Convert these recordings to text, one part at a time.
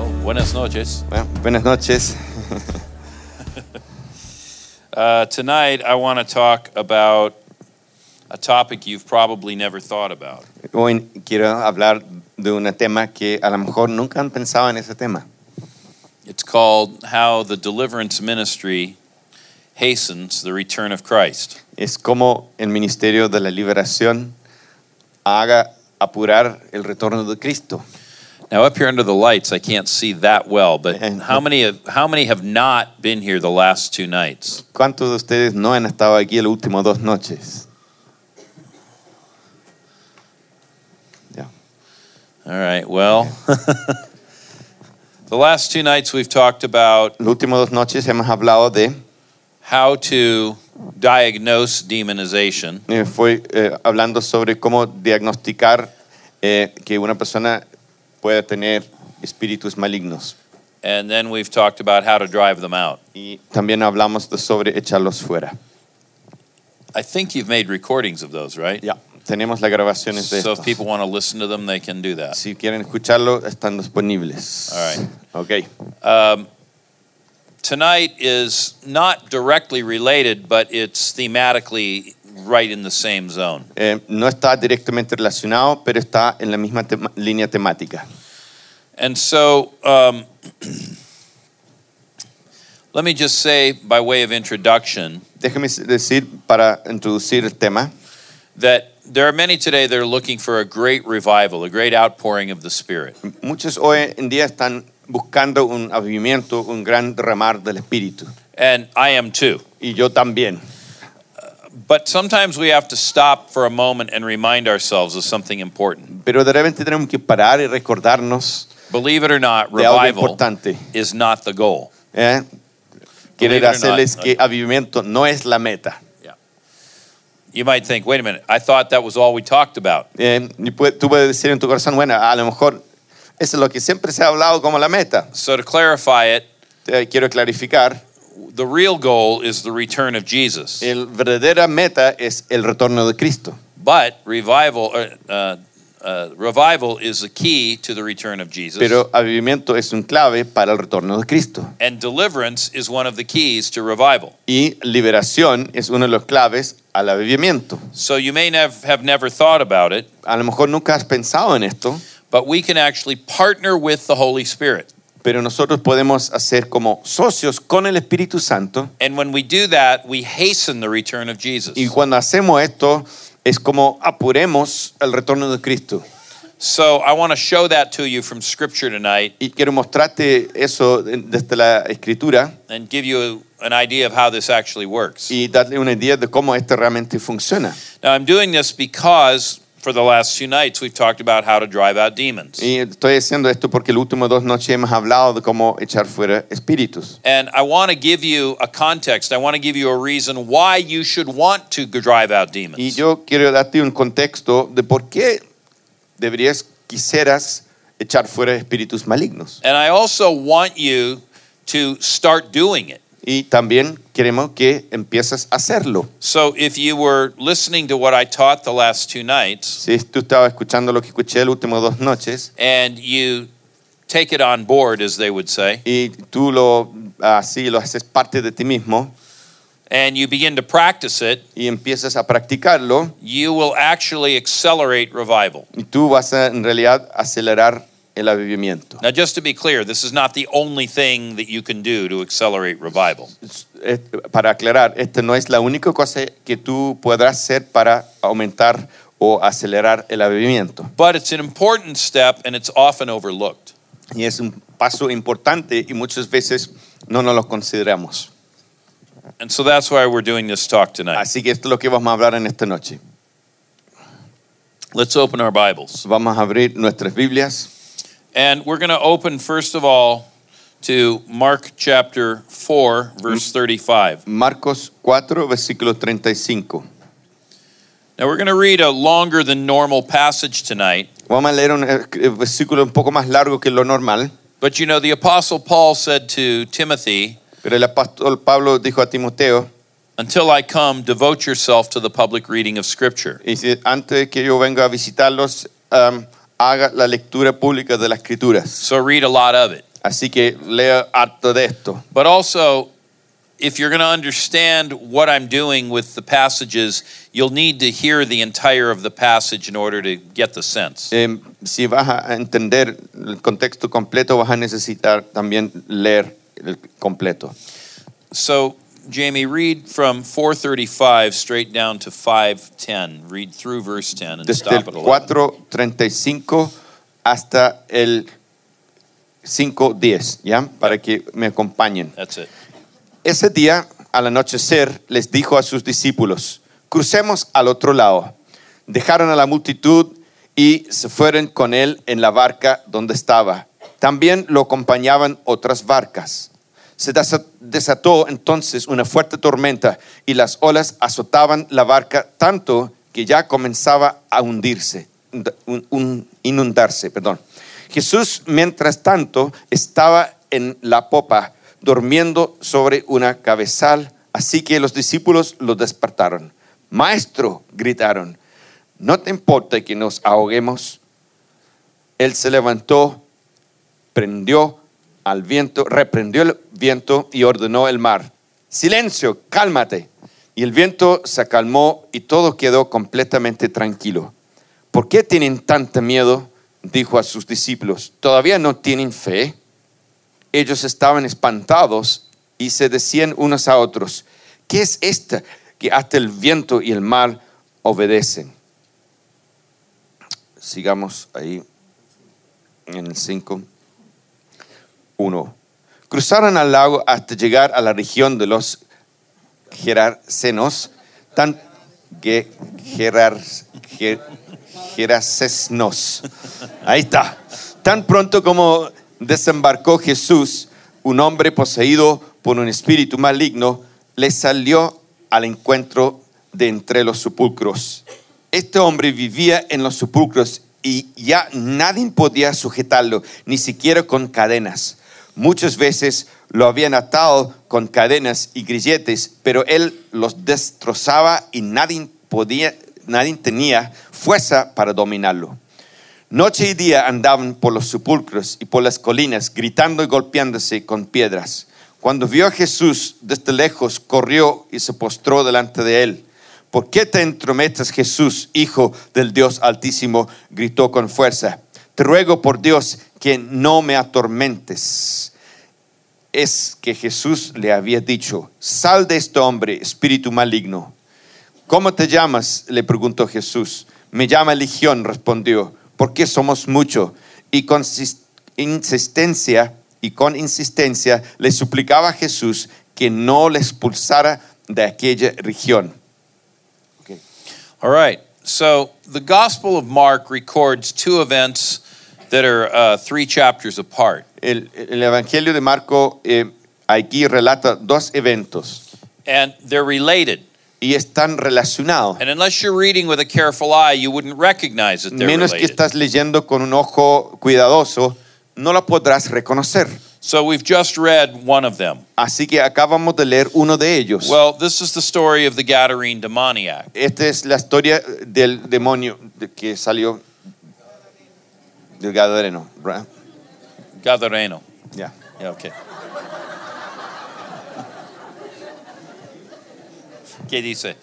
Oh, Buenas noches. Bueno, buenas noches. Uh, tonight, I want to talk about a topic you've probably never thought about. Hoy quiero hablar de un tema que a lo mejor nunca han pensado en ese tema. It's called How the Deliverance Ministry Hastens the Return of Christ. Es como el Ministerio de la Liberación haga apurar el retorno de Cristo. Now, up here under the lights, I can't see that well, but And- how many have, how many have not been here the last two nights? ¿Cuántos de ustedes no han estado aquí las últimas dos noches? All right, well, the last two nights we've talked about Las últimas dos noches hemos hablado de, how to diagnose demonization. eh, fue eh, hablando sobre cómo diagnosticar eh, que una persona puede tener espíritus malignos. And then we've talked about how to drive them out. Y también hablamos de sobre echarlos fuera. I think you've made recordings of those, right? Ya, tenemos las grabaciones de So if estos. people want to listen to them, they can do that. Si quieren escucharlo, están disponibles. All right. Ok. Um, tonight is not directly related, but it's thematically right in the same zone. Eh, no está directamente relacionado, pero está en la misma tema- línea temática. And so um, let me just say, by way of introduction, Déjeme s- decir, para introducir el tema, that there are many today that are looking for a great revival, a great outpouring of the Spirit. muchos hoy en día están buscando un avivamiento, un gran derramar del Espíritu. And I am too. Y yo también. But sometimes we have to stop for a moment and remind ourselves of something important. Pero de repente tenemos que parar y recordarnos Believe it or not, de algo revival importante. is not the goal. ¿eh? Believe it Querer or not, hacerles que like- avivamiento no es la meta. You might think, wait a minute, I thought that was all we talked about. Eh, y pu- tú puedes decir en tu corazón, bueno, a lo mejor eso es lo que siempre se ha hablado como la meta. So to clarify it, Te quiero clarificar, the real goal is the return of Jesus. el verdadera meta es el retorno de Cristo. But revival, uh, uh, uh, revival is the key to the return of Jesus. Pero avivamiento es un clave para el retorno de Cristo. and deliverance is one of the keys to revival. Y liberación es uno de los claves al avivamiento. So you may nev- have never thought about it, A lo mejor nunca has pensado en esto, but we can actually partner with the Holy Spirit. pero nosotros podemos hacer como socios con el Espíritu Santo. And when we do that, we hasten the return of Jesus. Y cuando hacemos esto, es como apuremos el retorno de Cristo. So I want to show that to you from Scripture tonight Y quiero mostrarte eso de- desde la escritura and give you an idea of how this actually works. y darle una idea de cómo esto realmente funciona. Now, I'm doing this because for the last two nights we've talked about how to drive out demons. Y estoy haciendo esto porque las últimas dos noches hemos hablado de cómo echar fuera espíritus. And I want to give you a context. I want to give you a reason why you should want to g- drive out Y demons. yo quiero darte un contexto de por qué deberías, quisieras echar fuera espíritus malignos. And I also want you to start doing it. Y también queremos que empieces a hacerlo. So if you were listening to what I taught the last two nights Si tú estabas escuchando lo que escuché las últimas dos noches and you take it on board, as they would say, y tú lo así lo haces parte de ti mismo and you begin to practice it, y empiezas a practicarlo, you will actually accelerate revival. y tú vas a en realidad acelerar el avivamiento. Now, just to be clear, this is not the only thing that you can do to accelerate revival. Es- es- Para aclarar, esta no es la única cosa que tú podrás hacer para aumentar o acelerar el avivamiento. But it's an important step and it's often overlooked. Y es un paso importante y muchas veces no nos lo consideramos. And so that's why we're doing this talk tonight. Así que esto es lo que vamos a hablar en esta noche. Let's open our Bibles. Vamos a abrir nuestras Biblias And we're going to open, first of all, to Mark chapter 4, verse 35. Marcos 4, versículo 35. Now, we're going to read a longer than normal passage tonight. Vamos a leer un eh, versículo un poco más largo que lo normal, But you know, the Apostle Paul said to Timothy, pero el apóstol Pablo dijo a Timoteo, Until I come, devote yourself to the public reading of Scripture. Y si antes que yo venga a visitarlos, am, haga la lectura pública de las escrituras. So read a lot of it. Así que lea harto de esto. But also, if you're going to understand what I'm doing with the passages, you'll need to hear the entire of the passage in order to get the sense. Eh, si vas a entender el contexto completo, vas a necesitar también leer el completo. So, Jamie, read from 435 straight down to 510. Read through verse 10 and Desde el stop at 11. 4.35 hasta el 5.10, ¿ya? Para que me acompañen. That's it. Ese día, al anochecer, les dijo a sus discípulos, crucemos al otro lado. Dejaron a la multitud y se fueron con él en la barca donde estaba. También lo acompañaban otras barcas. Se desa- desató entonces una fuerte tormenta y las olas azotaban la barca tanto que ya comenzaba a hundirse, hunda- un- un- inundarse. Perdón. Jesús, mientras tanto, estaba en la popa, durmiendo sobre una cabezal, así que los discípulos lo despertaron. Maestro, gritaron, ¿no te importa que nos ahoguemos? Él se levantó, prendió al viento, reprendió el viento y ordenó el mar. Silencio, cálmate. Y el viento se calmó y todo quedó completamente tranquilo. ¿Por qué tienen tanto miedo? dijo a sus discípulos. ¿Todavía no tienen fe? Ellos estaban espantados y se decían unos a otros, ¿qué es esta que hasta el viento y el mar obedecen? Sigamos ahí en el 5. 1. Cruzaron al lago hasta llegar a la región de los Gerarsenos, tan que Gerar, Ger- Gerasesnos. Ahí está. Tan pronto como desembarcó Jesús, un hombre poseído por un espíritu maligno le salió al encuentro de entre los sepulcros. Este hombre vivía en los sepulcros y ya nadie podía sujetarlo, ni siquiera con cadenas. Muchas veces lo habían atado con cadenas y grilletes, pero él los destrozaba y nadie podía, nadie tenía fuerza para dominarlo. Noche y día andaban por los sepulcros y por las colinas, gritando y golpeándose con piedras. Cuando vio a Jesús desde lejos, corrió y se postró delante de él. ¿Por qué te entrometes, Jesús, Hijo del Dios Altísimo? gritó con fuerza. Te ruego por Dios que no me atormentes es que Jesús le había dicho, sal de este hombre, espíritu maligno. ¿Cómo te llamas? le preguntó Jesús. Me llama Legión, respondió, porque somos mucho. Y con sis- insistencia, y con insistencia le suplicaba a Jesús que no le expulsara de aquella región. All right. So the Gospel of Mark records two events that are uh, three chapters apart. El, el Evangelio de Marco eh, aquí relata dos eventos And they're related. y están relacionados. And unless you're reading with a careful eye, you wouldn't recognize that they're menos que related. estás leyendo con un ojo cuidadoso, no la podrás reconocer. So we've just read one of them. Así que acabamos de leer uno de ellos. Well, this is the story of the Gadarene demoniac. Esta es la historia del demonio de- que salió del Gadareno. ¿verdad? Gadareno. Ya. Yeah, okay. ¿Qué dice?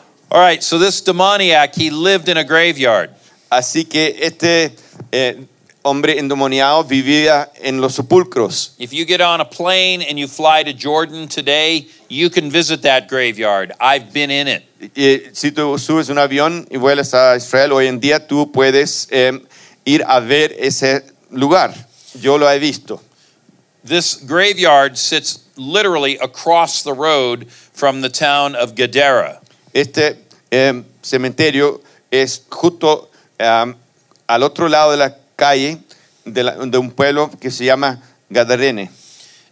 All right, so this demoniac, he lived in a graveyard. Así que este eh, hombre endemoniado vivía en los sepulcros. If you get on a plane and you fly to Jordan today, you can visit that graveyard. I've been in it. Eh, si tú subes un avión y vuelas a Israel, hoy en día tú puedes eh, ir a ver ese lugar. Yo lo he visto. This graveyard sits literally across the road from the town of Gadara. Este eh, cementerio es justo eh, al otro lado de la calle de, la- de un pueblo que se llama Gadarene.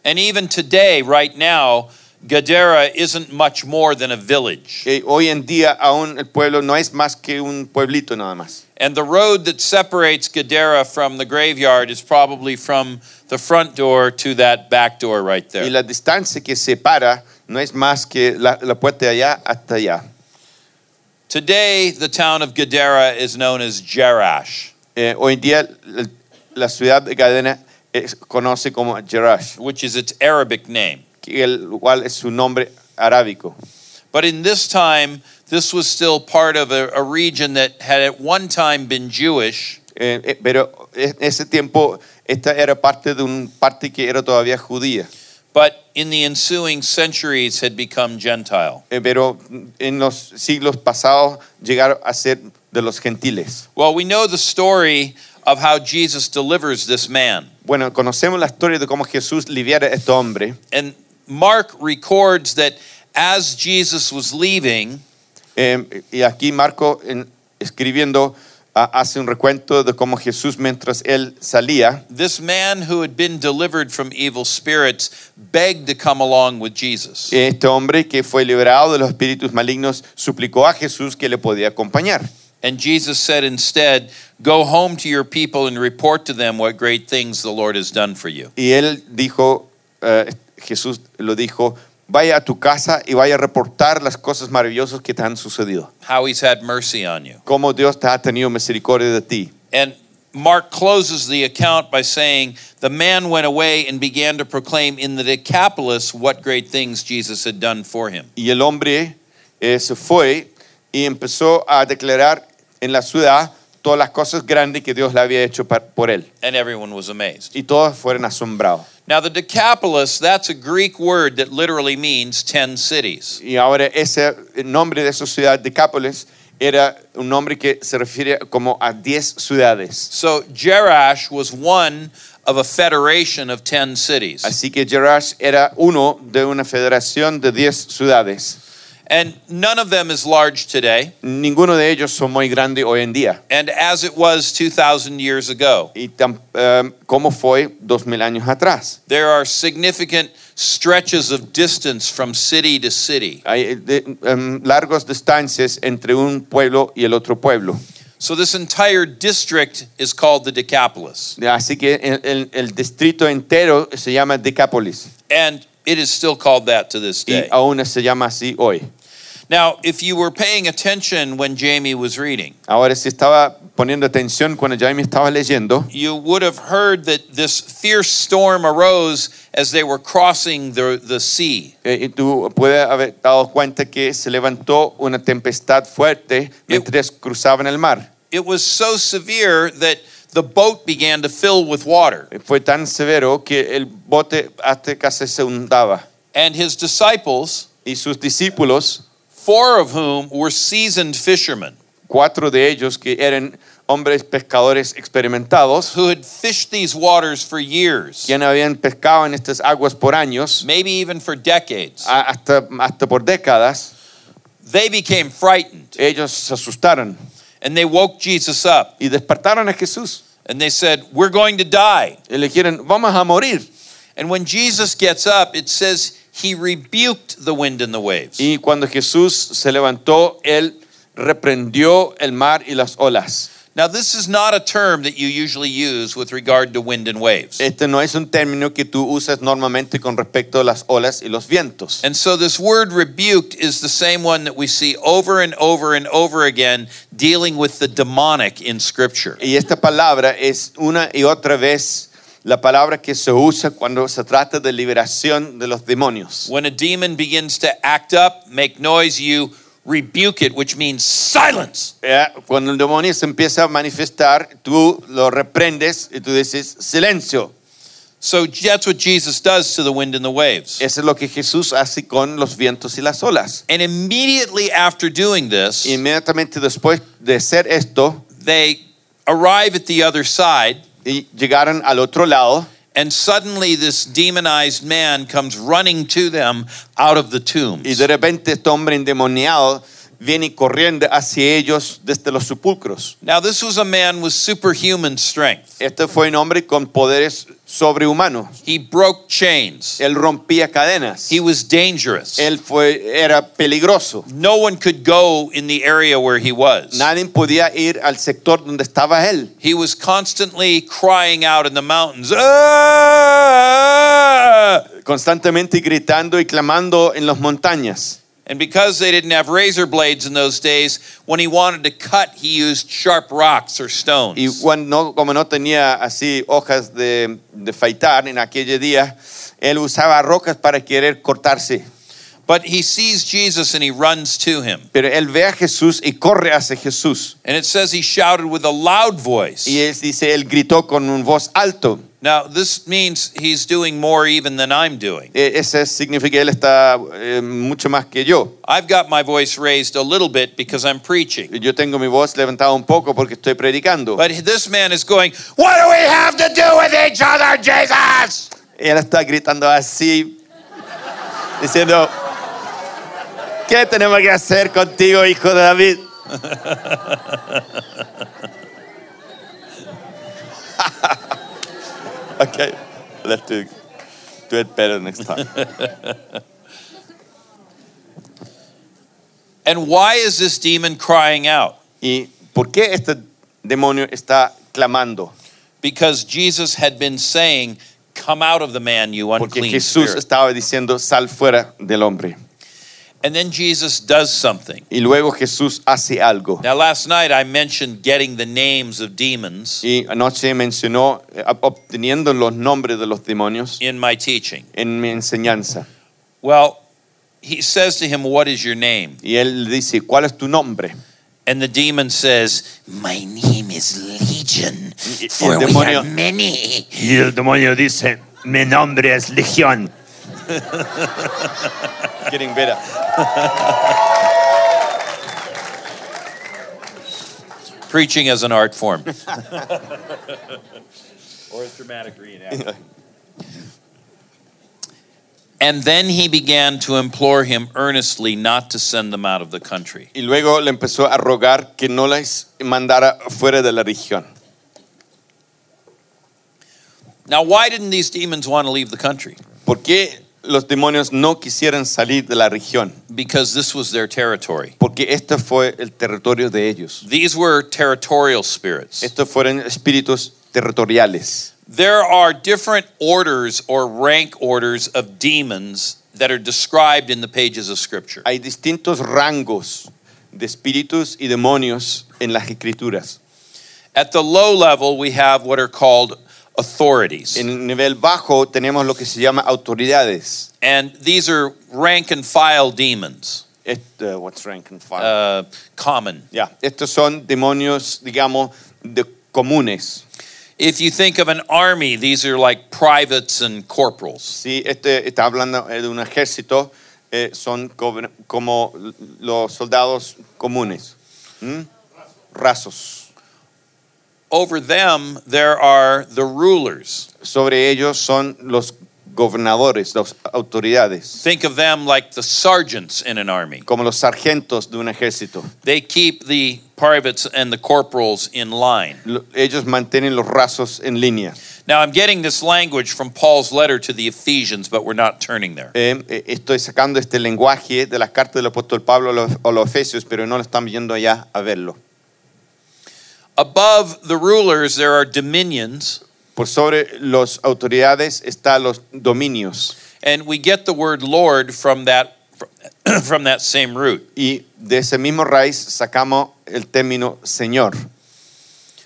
And even today, right now, Gadara isn't much more than a village. Que hoy en día aún el pueblo no es más que un pueblito nada más. And the road that separates Gadara from the graveyard is probably from the front door to that back door right Y there. la distancia que separa no es más que la, la puerta de allá hasta allá. Today, the town of Gadara is known as Jerash. Eh, hoy en día el- la ciudad de Cadena es- conoce como Jerash, which is its Arabic name. que el cual es su nombre arábico. But in this time, this was still part of a, a region that had at one time been Jewish, Eh, eh, pero en ese tiempo esta era parte de un parte que era todavía judía. but in the ensuing centuries had become Gentile. Eh, pero en los siglos pasados llegaron a ser de los gentiles. Well, we know the story of how Jesus delivers this man. Bueno, conocemos la historia de cómo Jesús lidiara a este hombre. And Mark records that as Jesus was leaving, Eh, y aquí Marco, en- escribiendo, ha- hace un recuento de cómo Jesús, mientras él salía, this man who had been delivered from evil spirits begged to come along with Jesus. eh, este hombre que fue liberado de los espíritus malignos suplicó a Jesús que le podía acompañar. And Jesus said instead, Go home to your people and report to them what great things the Lord has done for you. Y él dijo, eh, Jesús lo dijo, vaya a tu casa y vaya a reportar las cosas maravillosas que te han sucedido. How he's had mercy on you. Cómo Dios te ha tenido misericordia de ti. And Mark closes the account by saying, The man went away and began to proclaim in the Decapolis what great things Jesus had done for him. Y el hombre eh, se fue y empezó a declarar en la ciudad todas las cosas grandes que Dios le había hecho par- por él. And everyone was amazed. Y todos fueron asombrados. Now, the Decapolis, that's a Greek word that literally means 10 cities. Y ahora ese el nombre de esa ciudad, Decápolis, era un nombre que se refiere como a 10 ciudades. So, Jerash was one of a federation of 10 cities. Así que Jerash era uno de una federación de 10 ciudades. And none of them is large today. Ninguno de ellos son muy grandes hoy en día. and as it was 2,000 years ago. Y tam- eh, como fue dos mil años atrás. There are significant stretches of distance from city to city. Hay eh, de- em, largas distancias entre un pueblo y el otro pueblo. So, this entire district is called the Decapolis, Así que el, el- el distrito entero se llama Decápolis and it is still called that to this y day. aún se llama así hoy. Now, if you were paying attention when Jamie was reading, Ahora, si estaba poniendo atención cuando Jaime estaba leyendo, you would have heard that this fierce storm arose as they were crossing the, the sea. eh, y tú puedes haber dado cuenta que se levantó una tempestad fuerte mientras cruzaban el mar. It was so severe that the boat began to fill with water, Eh, Fue tan severo que el bote hasta casi se hundaba. and his disciples Y sus discípulos, four of whom were seasoned fishermen cuatro de ellos que eran hombres pescadores experimentados, who had fished these waters for years, quienes habían pescado en estas aguas por años, maybe even for decades. a- hasta, hasta por décadas, They became frightened ellos se asustaron and they woke Jesus up y despertaron a Jesús. and they said, We're going to die. Y le dijeron, vamos a morir. And when Jesus gets up, it says he rebuked the wind and the waves. Y cuando Jesús se levantó, él reprendió el mar y las olas. Now, this is not a term that you usually use with regard to wind and waves. Este no es un término que tú usas normalmente con respecto a las olas y los vientos. And so, this word rebuked is the same one that we see over and over and over again dealing with the demonic in Scripture. Y esta palabra es una y otra vez la palabra que se usa cuando se trata de liberación de los demonios. When a demon begins to act up, make noise, you rebuke it, which means silence. Eh, Cuando el demonio se empieza a manifestar, tú lo reprendes y tú dices, silencio. So that's what Jesus does to the wind and the waves. Eso es lo que Jesús hace con los vientos y las olas. And immediately after doing this, Inmediatamente después de hacer esto, they arrive at the other side, y llegaron al otro lado and suddenly this demonized man comes running to them out of the y tombs. de repente este hombre endemoniado viene corriendo hacia ellos desde los sepulcros. Now, this was a man with superhuman strength. Este fue un hombre con poderes sobrehumanos. He broke chains, Él rompía cadenas. he was dangerous. Él fue, era peligroso. No one could go in the area where he was. Nadie podía ir al sector donde estaba él. He was constantly crying out in the mountains, "Ah!" Constantemente gritando y clamando en las montañas. And because they didn't have razor blades in those days, when he wanted to cut, he used sharp rocks or stones. Y Juan, no- como no tenía así hojas de, de afeitar en aquel día, él usaba rocas para querer cortarse. But he sees Jesus and he runs to him. Pero él ve a Jesús y corre hacia Jesús. And it says he shouted with a loud voice. Y él dice, él gritó con un voz alto. Now, this means he's doing more even than I'm doing. E- Ese significa que él está eh, mucho más que yo. I've got my voice raised a little bit because I'm preaching. Yo tengo mi voz levantada un poco porque estoy predicando. But this man is going, What do we have to do with each other, Jesus? Él está gritando así, diciendo, ¿qué tenemos que hacer contigo, hijo de David? okay, let's do, do it better next time. And why is this demon crying out? ¿Y por qué este demonio está clamando? Because Jesus had been saying, Come out of the man, you Porque unclean Jesús spirit. estaba diciendo, sal fuera del hombre. And then Jesus does something. Y luego Jesús hace algo. Now, last night I mentioned getting the names of demons Y anoche mencionó eh, obteniendo los nombres de los demonios in my teaching. en mi enseñanza. Well, he says to him, What is your name? Y él dice, ¿cuál es tu nombre? And the demon says, My name is Legion, Y- y for el we demonio- are many. Y el demonio dice, mi nombre es Legión. Getting better. Preaching as an art form. or as dramatic reenactment. And then he began to implore him earnestly not to send them out of the country. Y luego le empezó a rogar que no les mandara fuera de la región. Now, why didn't these demons want to leave the country? ¿Por qué los demonios no quisieran salir de la región? Because this was their territory. Porque este fue el territorio de ellos. These were territorial spirits. Estos fueron espíritus territoriales. There are different orders or rank orders of demons that are described in the pages of Scripture. Hay distintos rangos de espíritus y demonios en las escrituras. At the low level, we have what are called authorities. En el nivel bajo tenemos lo que se llama autoridades. And these are rank and file demons, Este, what's rank and file? uh, common. Ya, Estos son demonios, digamos, de comunes. If you think of an army, these are like privates and corporals. Si este está hablando eh, de un ejército, eh, son co- como los soldados comunes, ¿Mm? rasos. Over them, there are the rulers. Sobre ellos son los gobernadores, las autoridades, Think of them like the sergeants in an army. como los sargentos de un ejército. They keep the privates and the corporals in line. Lo- Ellos mantienen los rasos en línea. Now, I'm getting this language from Paul's letter to the Ephesians, but we're not turning there. Eh, eh, estoy sacando este lenguaje de las cartas del apóstol Pablo a los, a los Efesios, pero no lo están yendo allá a verlo. Above the rulers, there are dominions, Por sobre las autoridades están los dominios. and we get the word Lord from that, from that same root. Y de ese mismo raíz sacamos el término Señor.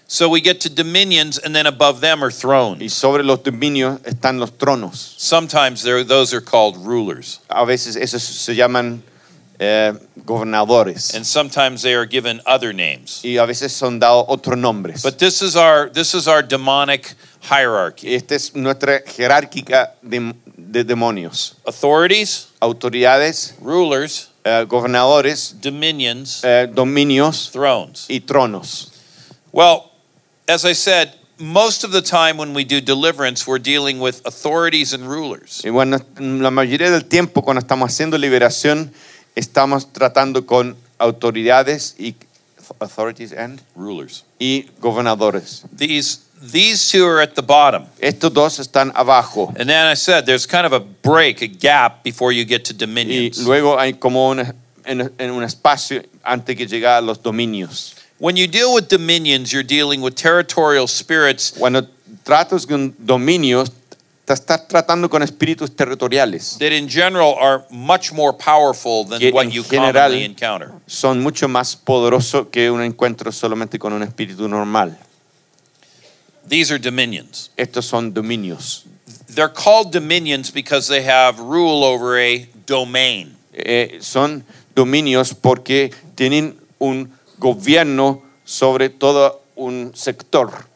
So we get to dominions, and then above them are Y thrones. sobre los dominios están los tronos. Sometimes there, those are called rulers, A veces esos se llaman eh, gobernadores. and sometimes they are given other names. Y a veces son dados otros nombres. But this is our, this is our demonic hierarchy Esta es nuestra jerárquica de, de demonios. authorities, Autoridades, rulers, eh, gobernadores, dominions, eh, dominios thrones. y tronos. Well, as I said, most of the time when we do deliverance, we're dealing with authorities and rulers. Y bueno, la mayoría del tiempo cuando estamos haciendo liberación, estamos tratando con autoridades y authorities and- Rulers. y gobernadores. These these two are at the bottom. Estos dos están abajo. And then I said there's kind of a break, a gap before you get to Y dominions. luego hay como un, en, en un espacio antes que llegar a los dominios. When you deal with dominions, you're dealing with territorial spirits Cuando tratas con dominios, te estás tratando con espíritus territoriales. that in general are much more powerful than Que what en you general- commonly encounter. Son mucho más poderosos que un encuentro solamente con un espíritu normal. These are dominions. Estos son dominios. They're called dominions because they have rule over a domain. Eh, son dominios porque tienen un gobierno sobre todo un sector.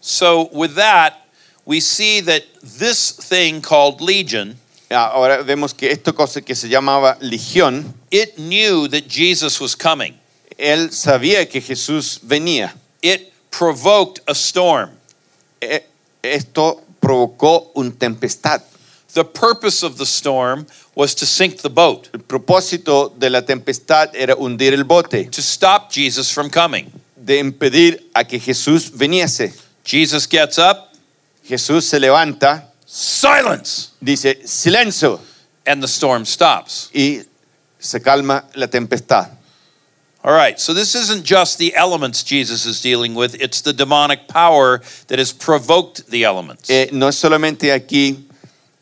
So, with that, we see that this thing called legion, Ahora vemos que esta cosa que se llamaba legión, it knew that Jesus was coming. él sabía que Jesús venía. It provoked a storm. Eh, Esto provocó una tempestad. The purpose of the storm was to sink the boat, El propósito de la tempestad era hundir el bote, to stop Jesus from coming. de impedir a que Jesús viniese. Jesus gets up, Jesús se levanta, silence, dice, silencio, and the storm stops. y se calma la tempestad. All right, so this isn't just the elements Jesus is dealing with, it's the demonic power that has provoked the elements. Eh, no es solamente aquí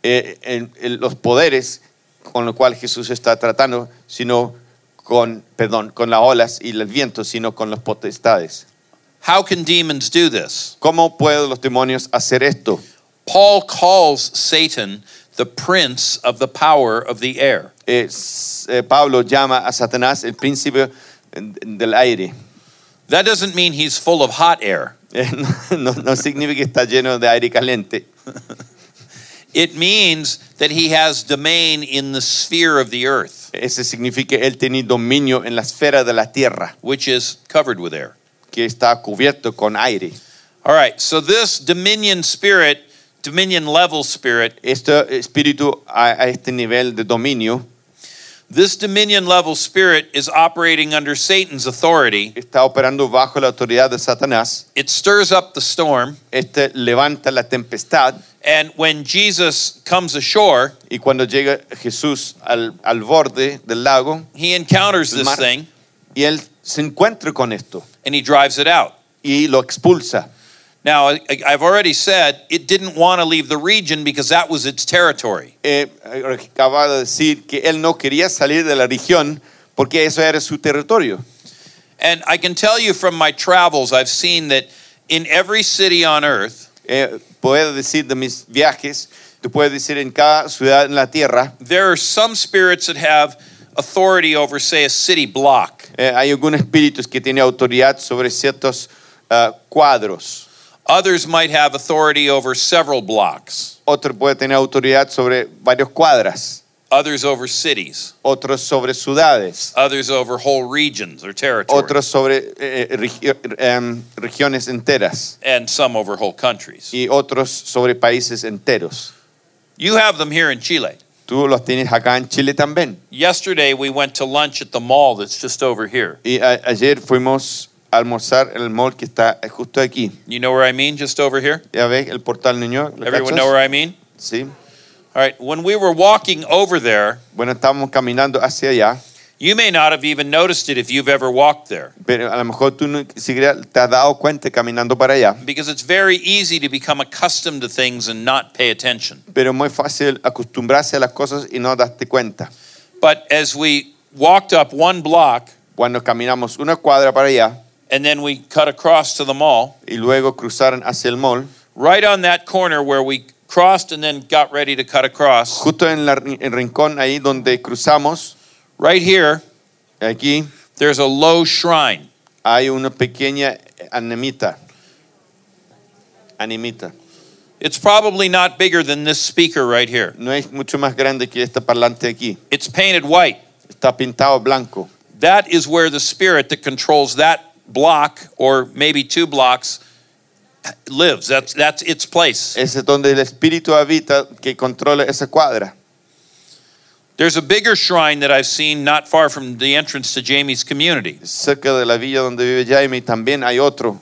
eh, en- en los poderes con lo cual Jesús está tratando, sino con, perdón, con las olas y el viento, sino con las potestades. How can demons do this? ¿Cómo pueden los demonios hacer esto? Paul calls Satan the prince of the power of the air. Eh, s- eh, Pablo llama a Satanás el príncipe en- del aire. That doesn't mean he's full of hot air, Eh, no, no significa que está lleno de aire caliente. it means that he has domain in the sphere of the earth, Ese significa él tiene dominio en la esfera de la tierra, which is covered with air. que está cubierto con aire. All right, so this dominion spirit, dominion level spirit, Este espíritu a, a este nivel de dominio this dominion level spirit is operating under Satan's authority. está operando bajo la autoridad de Satanás. It stirs up the storm, Este levanta la tempestad and when Jesus comes ashore, y cuando llega Jesús al, al borde del lago he encounters this Mar- thing y él se encuentra con esto and he drives it out. y lo expulsa. Now, I- I've already said it didn't want to leave the region because that was its territory. Eh, acaba de decir que él no quería salir de la región porque eso era su territorio. And I can tell you from my travels, I've seen that in every city on earth, Eh, puedo decir de mis viajes, te puedo decir en cada ciudad en la tierra, there are some spirits that have authority over, say, a city block. eh, hay algunos espíritus que tienen autoridad sobre ciertos ah, cuadros. Others might have authority over several blocks, Otro puede tener autoridad sobre varios cuadras. others over cities, otros sobre ciudades, others over whole regions or territories, otros sobre eh, eh, regio- em, regiones enteras and some over whole countries. y otros sobre países enteros. You have them here in Chile. Tú los tienes acá en Chile también. Yesterday, we went to lunch at the mall that's just over here. Y a- ayer fuimos a almorzar en el mall que está eh, justo aquí. You know where I mean? Just over here? Ya ves el portal niño. ¿lo Everyone cachas? know where I mean? Sí. All right, when we were walking over there, Bueno, estábamos caminando hacia allá, you may not have even noticed it if you've ever walked there, pero a lo mejor tú ni siquiera te has dado cuenta caminando para allá. because it's very easy to become accustomed to things and not pay attention. Pero es muy fácil acostumbrarse a las cosas y no darte cuenta. But as we walked up one block Cuando caminamos una cuadra para allá and then we cut across to the mall, y luego cruzaron hacia el mall, right on that corner where we crossed and then got ready to cut across, justo en la- el rincón ahí donde cruzamos, right here, aquí there's a low shrine. hay una pequeña anemita. Animita. It's probably not bigger than this speaker right here. No es mucho más grande que este parlante aquí. It's painted white. Está pintado blanco. That is where the spirit that controls that block or maybe two blocks lives. That's that's its place. Ese es donde el espíritu habita que controla esa cuadra. There's a bigger shrine that I've seen not far from the entrance to Jamie's community. Cerca de la villa donde vive Jaime también hay otro.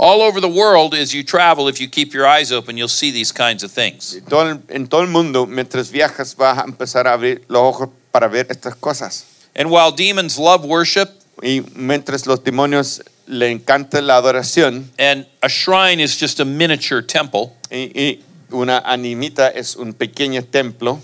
All over the world as you travel if you keep your eyes open you'll see these kinds of things. Todo el- en todo el mundo, mientras viajas, vas a empezar a abrir los ojos para ver estas cosas. And while demons love worship, Y mientras los demonios le encanta la adoración And a shrine is just a miniature temple y, y una animita es un pequeño templo,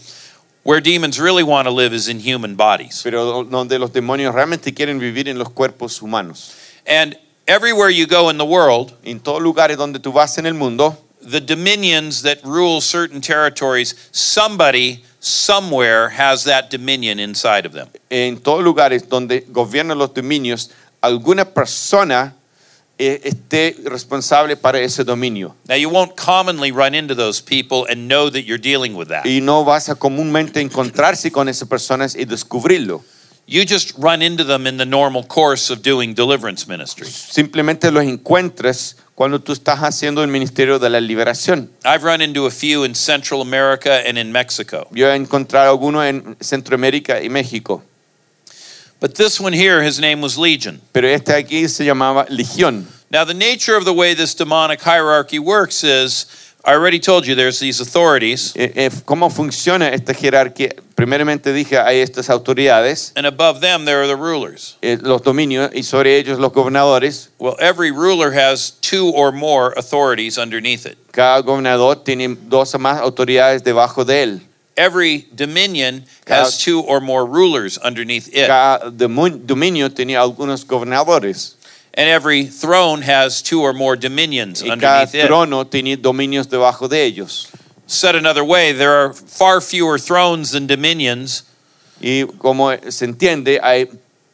where demons really want to live is in human bodies. pero do- donde los demonios realmente quieren vivir en los cuerpos humanos. And everywhere you go in the world, En todos lugares donde tú vas en el mundo, the dominions that rule certain territories, somebody somewhere has that dominion inside of them. en todos lugares donde gobiernan los dominios, alguna persona eh, esté responsable para ese dominio. Now, you won't commonly run into those people and know that you're dealing with that. Y no vas a comúnmente encontrarse con esas personas y descubrirlo. You just run into them in the normal course of doing deliverance ministry. Simplemente los encuentras cuando tú estás haciendo el ministerio de la liberación. I've run into a few in Central America and in Mexico. Yo he encontrado algunos en Centroamérica y México, But this one here, his name was Legion. pero este aquí se llamaba Legión. Now, the nature of the way this demonic hierarchy works is I already told you there's these authorities, Eh, eh, ¿Cómo funciona esta jerarquía? Primeramente dije, hay estas autoridades, and above them, there are the rulers. eh, los dominios y sobre ellos los gobernadores. Well, every ruler has two or more authorities underneath it. Cada gobernador tiene dos o más autoridades debajo de él. Every dominion has two or more rulers underneath it. Cada domu- dominio tenía algunos gobernadores. And every throne has two or more dominions Y cada underneath it. trono tenía dominios debajo de ellos. Said another way, there are far fewer thrones than dominions, Y como se entiende, hay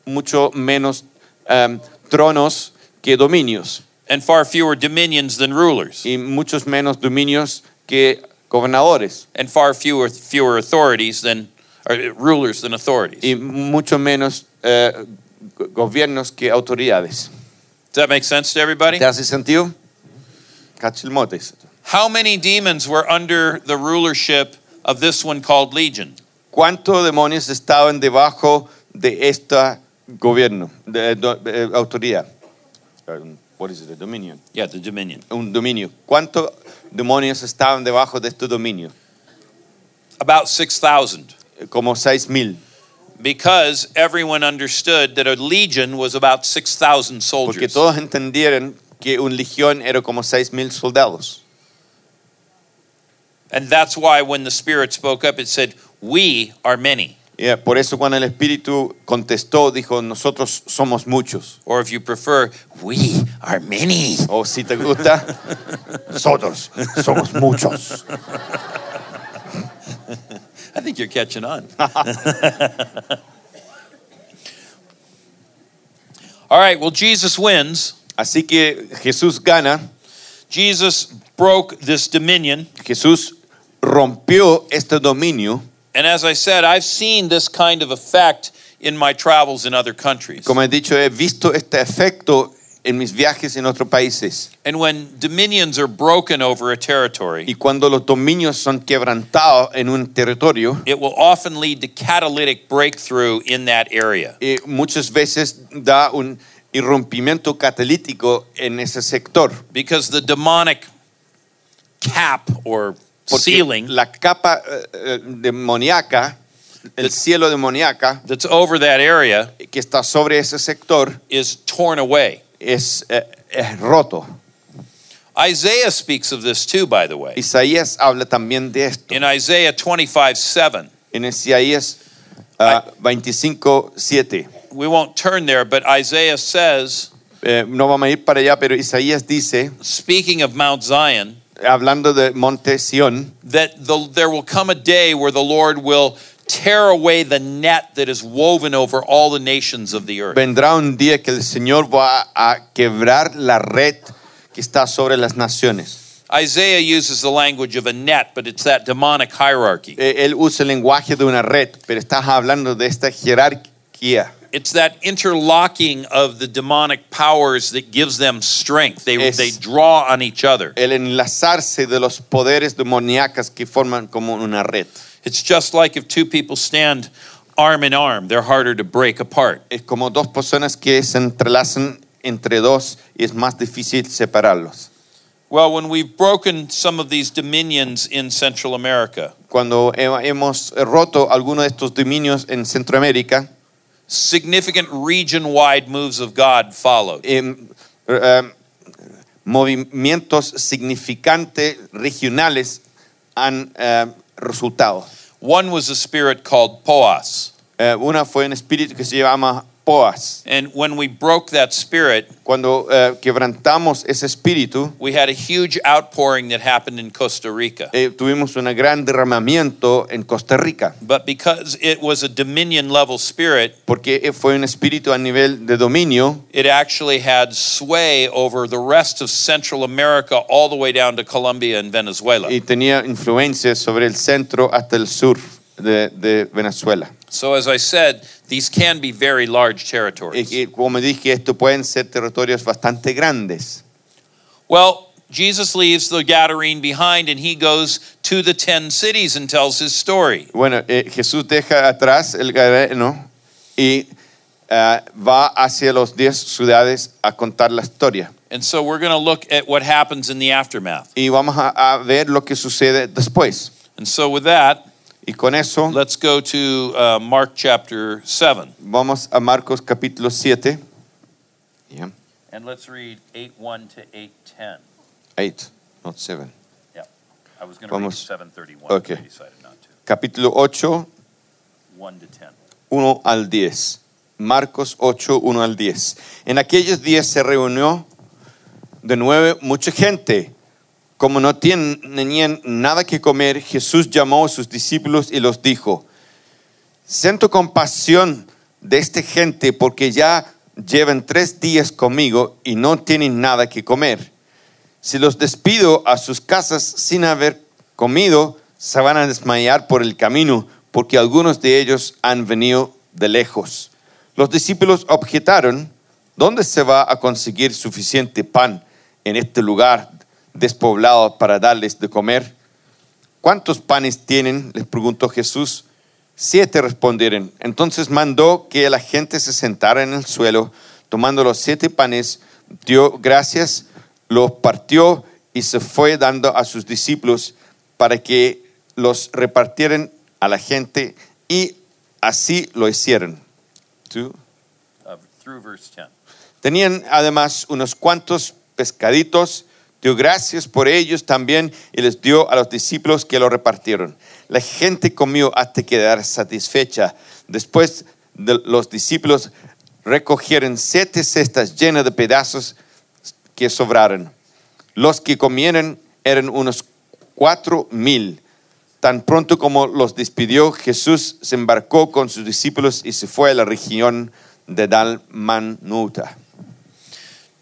mucho menos em, tronos que dominios and far fewer dominions than rulers, y muchos menos dominios que gobernadores and far fewer fewer authorities than or uh, rulers than authorities. y mucho menos eh, go- gobiernos que autoridades. Does that make sense to everybody? ¿Te hace sentido? Cachilmotes. How many demons were under the rulership of this one called Legion? ¿Cuántos demonios estaban debajo de este gobierno, de, do- eh, autoridad? Um, What is it, a dominion? Yeah, the dominion. Un dominio. ¿Cuántos demonios estaban debajo de este dominio? Eh, About 6,000 como 6000, because everyone understood that a legion was about 6,000 porque soldiers. todos entendieron que un legión era como 6000 soldados. And that's why when the Spirit spoke up, it said, We are many. Y por eso cuando el espíritu contestó, dijo, "Nosotros somos muchos." Or if you prefer, We are many. O si te gusta, Nosotros somos muchos. I think you're catching on. All right, well, Jesus wins. así que Jesús gana, Jesus broke this dominion. Jesús rompió este dominio. And as I said, I've seen this kind of effect in my travels in other countries. Como he dicho, he visto este efecto en mis viajes en otros países. And when dominions are broken over a territory, Y cuando los dominios son quebrantados en un territorio, it will often lead to catalytic breakthrough in that area. eh, muchas veces da un irrumpimiento catalítico en ese sector. Because the demonic cap or Porque ceiling la capa eh, eh, demoníaca, el Del- cielo demoníaca that's over that area que está sobre ese sector is torn away. es, eh, es roto. Isaiah speaks of this too, by the way. Isaías habla también de esto. In Isaiah 25 7, En Isaías ah, 25, 7. we won't turn there, but Isaiah says, Eh, no vamos a ir para allá, pero Isaías dice, speaking of Mount Zion, hablando de Monte Sión, that the, there will come a day where the Lord will tear away the net that is woven over all the nations of the earth. vendrá un día que el Señor va a quebrar la red que está sobre las naciones. Isaiah uses the language of a net, but it's that demonic hierarchy. Eh, él usa el lenguaje de una red, pero estás hablando de esta jerarquía. It's that interlocking of the demonic powers that gives them strength. They, Yes. they draw on each other. El enlazarse de los poderes demoníacas que forman como una red. It's just like if two people stand arm in arm, they're harder to break apart. Es como dos personas que se entrelazan entre dos y es más difícil separarlos. Well, when we've broken some of these dominions in Central America, Cuando he- hemos roto algunos de estos dominios en Centroamérica, significant region wide moves of God followed. em, em, movimientos significantes regionales han em, resultado. One was a spirit called Poas. Eh, una fue un espíritu que se llama Poas. And when we broke that spirit, Cuando eh, quebrantamos ese espíritu, we had a huge outpouring that happened in Costa Rica. eh, tuvimos un gran derramamiento en Costa Rica, But because it was a dominion level spirit, porque eh, fue un espíritu a nivel de dominio it actually had sway over the rest of Central America all the way down to Colombia and Venezuela. y tenía influencia sobre el centro hasta el sur de, de Venezuela. So, as I said, these can be very large Y, territories. y Eh, como dije, esto pueden ser territorios bastante grandes. Well, Jesus leaves the Gadarene behind and he goes to the 10 cities and tells his story. Bueno, eh, Jesús deja atrás el Gadareno y ah, va hacia los 10 ciudades a contar la historia. And so, we're going to look at what happens in the aftermath. Y vamos a, a ver lo que sucede después. And so, with that, Y con eso let's go to uh, Mark chapter 7. vamos a Marcos capítulo 7. Yeah, And let's read 8 1 to 8 10. eight, not seven. I was going read Vamos. 731. but Okay. I decided not to. Capítulo 8, 1 to 10. 1 al 10. Marcos 8, 1 al 10. En aquellos días se reunió de nuevo mucha gente. Como no tien- tenían nada que comer, Jesús llamó a sus discípulos y los dijo, siento compasión de esta gente porque ya llevan tres días conmigo y no tienen nada que comer. Si los despido a sus casas sin haber comido, se van a desmayar por el camino, porque algunos de ellos han venido de lejos. Los discípulos objetaron, ¿dónde se va a conseguir suficiente pan en este lugar despoblado para darles de comer? ¿Cuántos panes tienen? les preguntó Jesús. Siete respondieron. Entonces mandó que la gente se sentara en el suelo, tomando los siete panes, dio gracias, los partió y se fue dando a sus discípulos para que los repartieran a la gente y así lo hicieron. Tú. uh, through verse 10. Tenían además unos cuantos pescaditos, dio gracias por ellos también y les dio a los discípulos que lo repartieron. La gente comió hasta quedar satisfecha. Después de los discípulos recogieron siete cestas llenas de pedazos que sobraron. Los que comieron eran unos cuatro mil. Tan pronto como los despidió, Jesús se embarcó con sus discípulos y se fue a la región de Dalmanuta.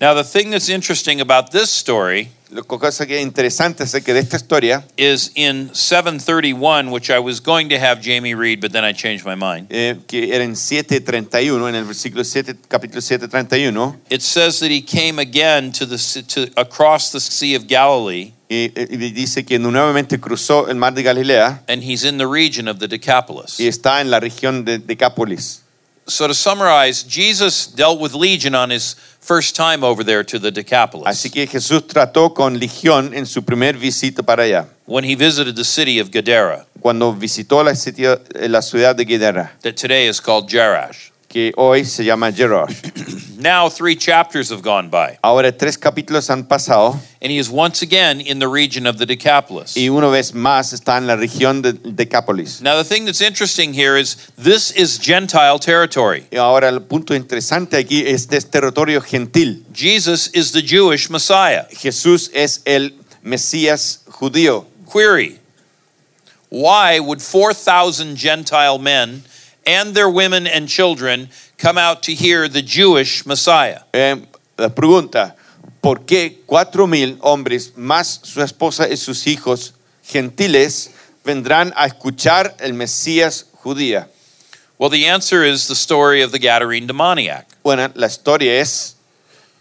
Now, the thing that's interesting about this story Lo que cosa que es interesante es que de esta historia, is in 731, which I was going to have Jamie read, but then I changed my mind. eh, que era en 7.31, en el versículo 7, capítulo 7.31, It says that he came again to the se- to, across the Sea of Galilee, y, y dice que nuevamente cruzó el mar de Galilea and he's in the region of the Decapolis. y está en la región de Decápolis. So, to summarize, Jesus dealt with Legion on his first time over there to the Decapolis Así que Jesús trató con Legión en su primer visita para allá, when he visited the city of Gadara, cuando visitó la, sitio- la ciudad de Gedera, that today is called Jerash. que hoy se llama Jerosh. Now, three chapters have gone by, Ahora tres capítulos han pasado and he is once again in the region of the Decapolis. y una vez más está en la región de Decápolis. Now, the thing that's interesting here is this is Gentile territory. Y ahora el punto interesante aquí es de este territorio gentil. Jesus is the Jewish Messiah. Jesús es el Mesías judío. Query Why would 4,000 Gentile men and their women and children come out to hear the Jewish Messiah? Eh, la pregunta, ¿por qué cuatro mil hombres más su esposa y sus hijos gentiles vendrán a escuchar el Mesías judía? Well, the answer is the story of the Gadarene demoniac. Bueno, la historia es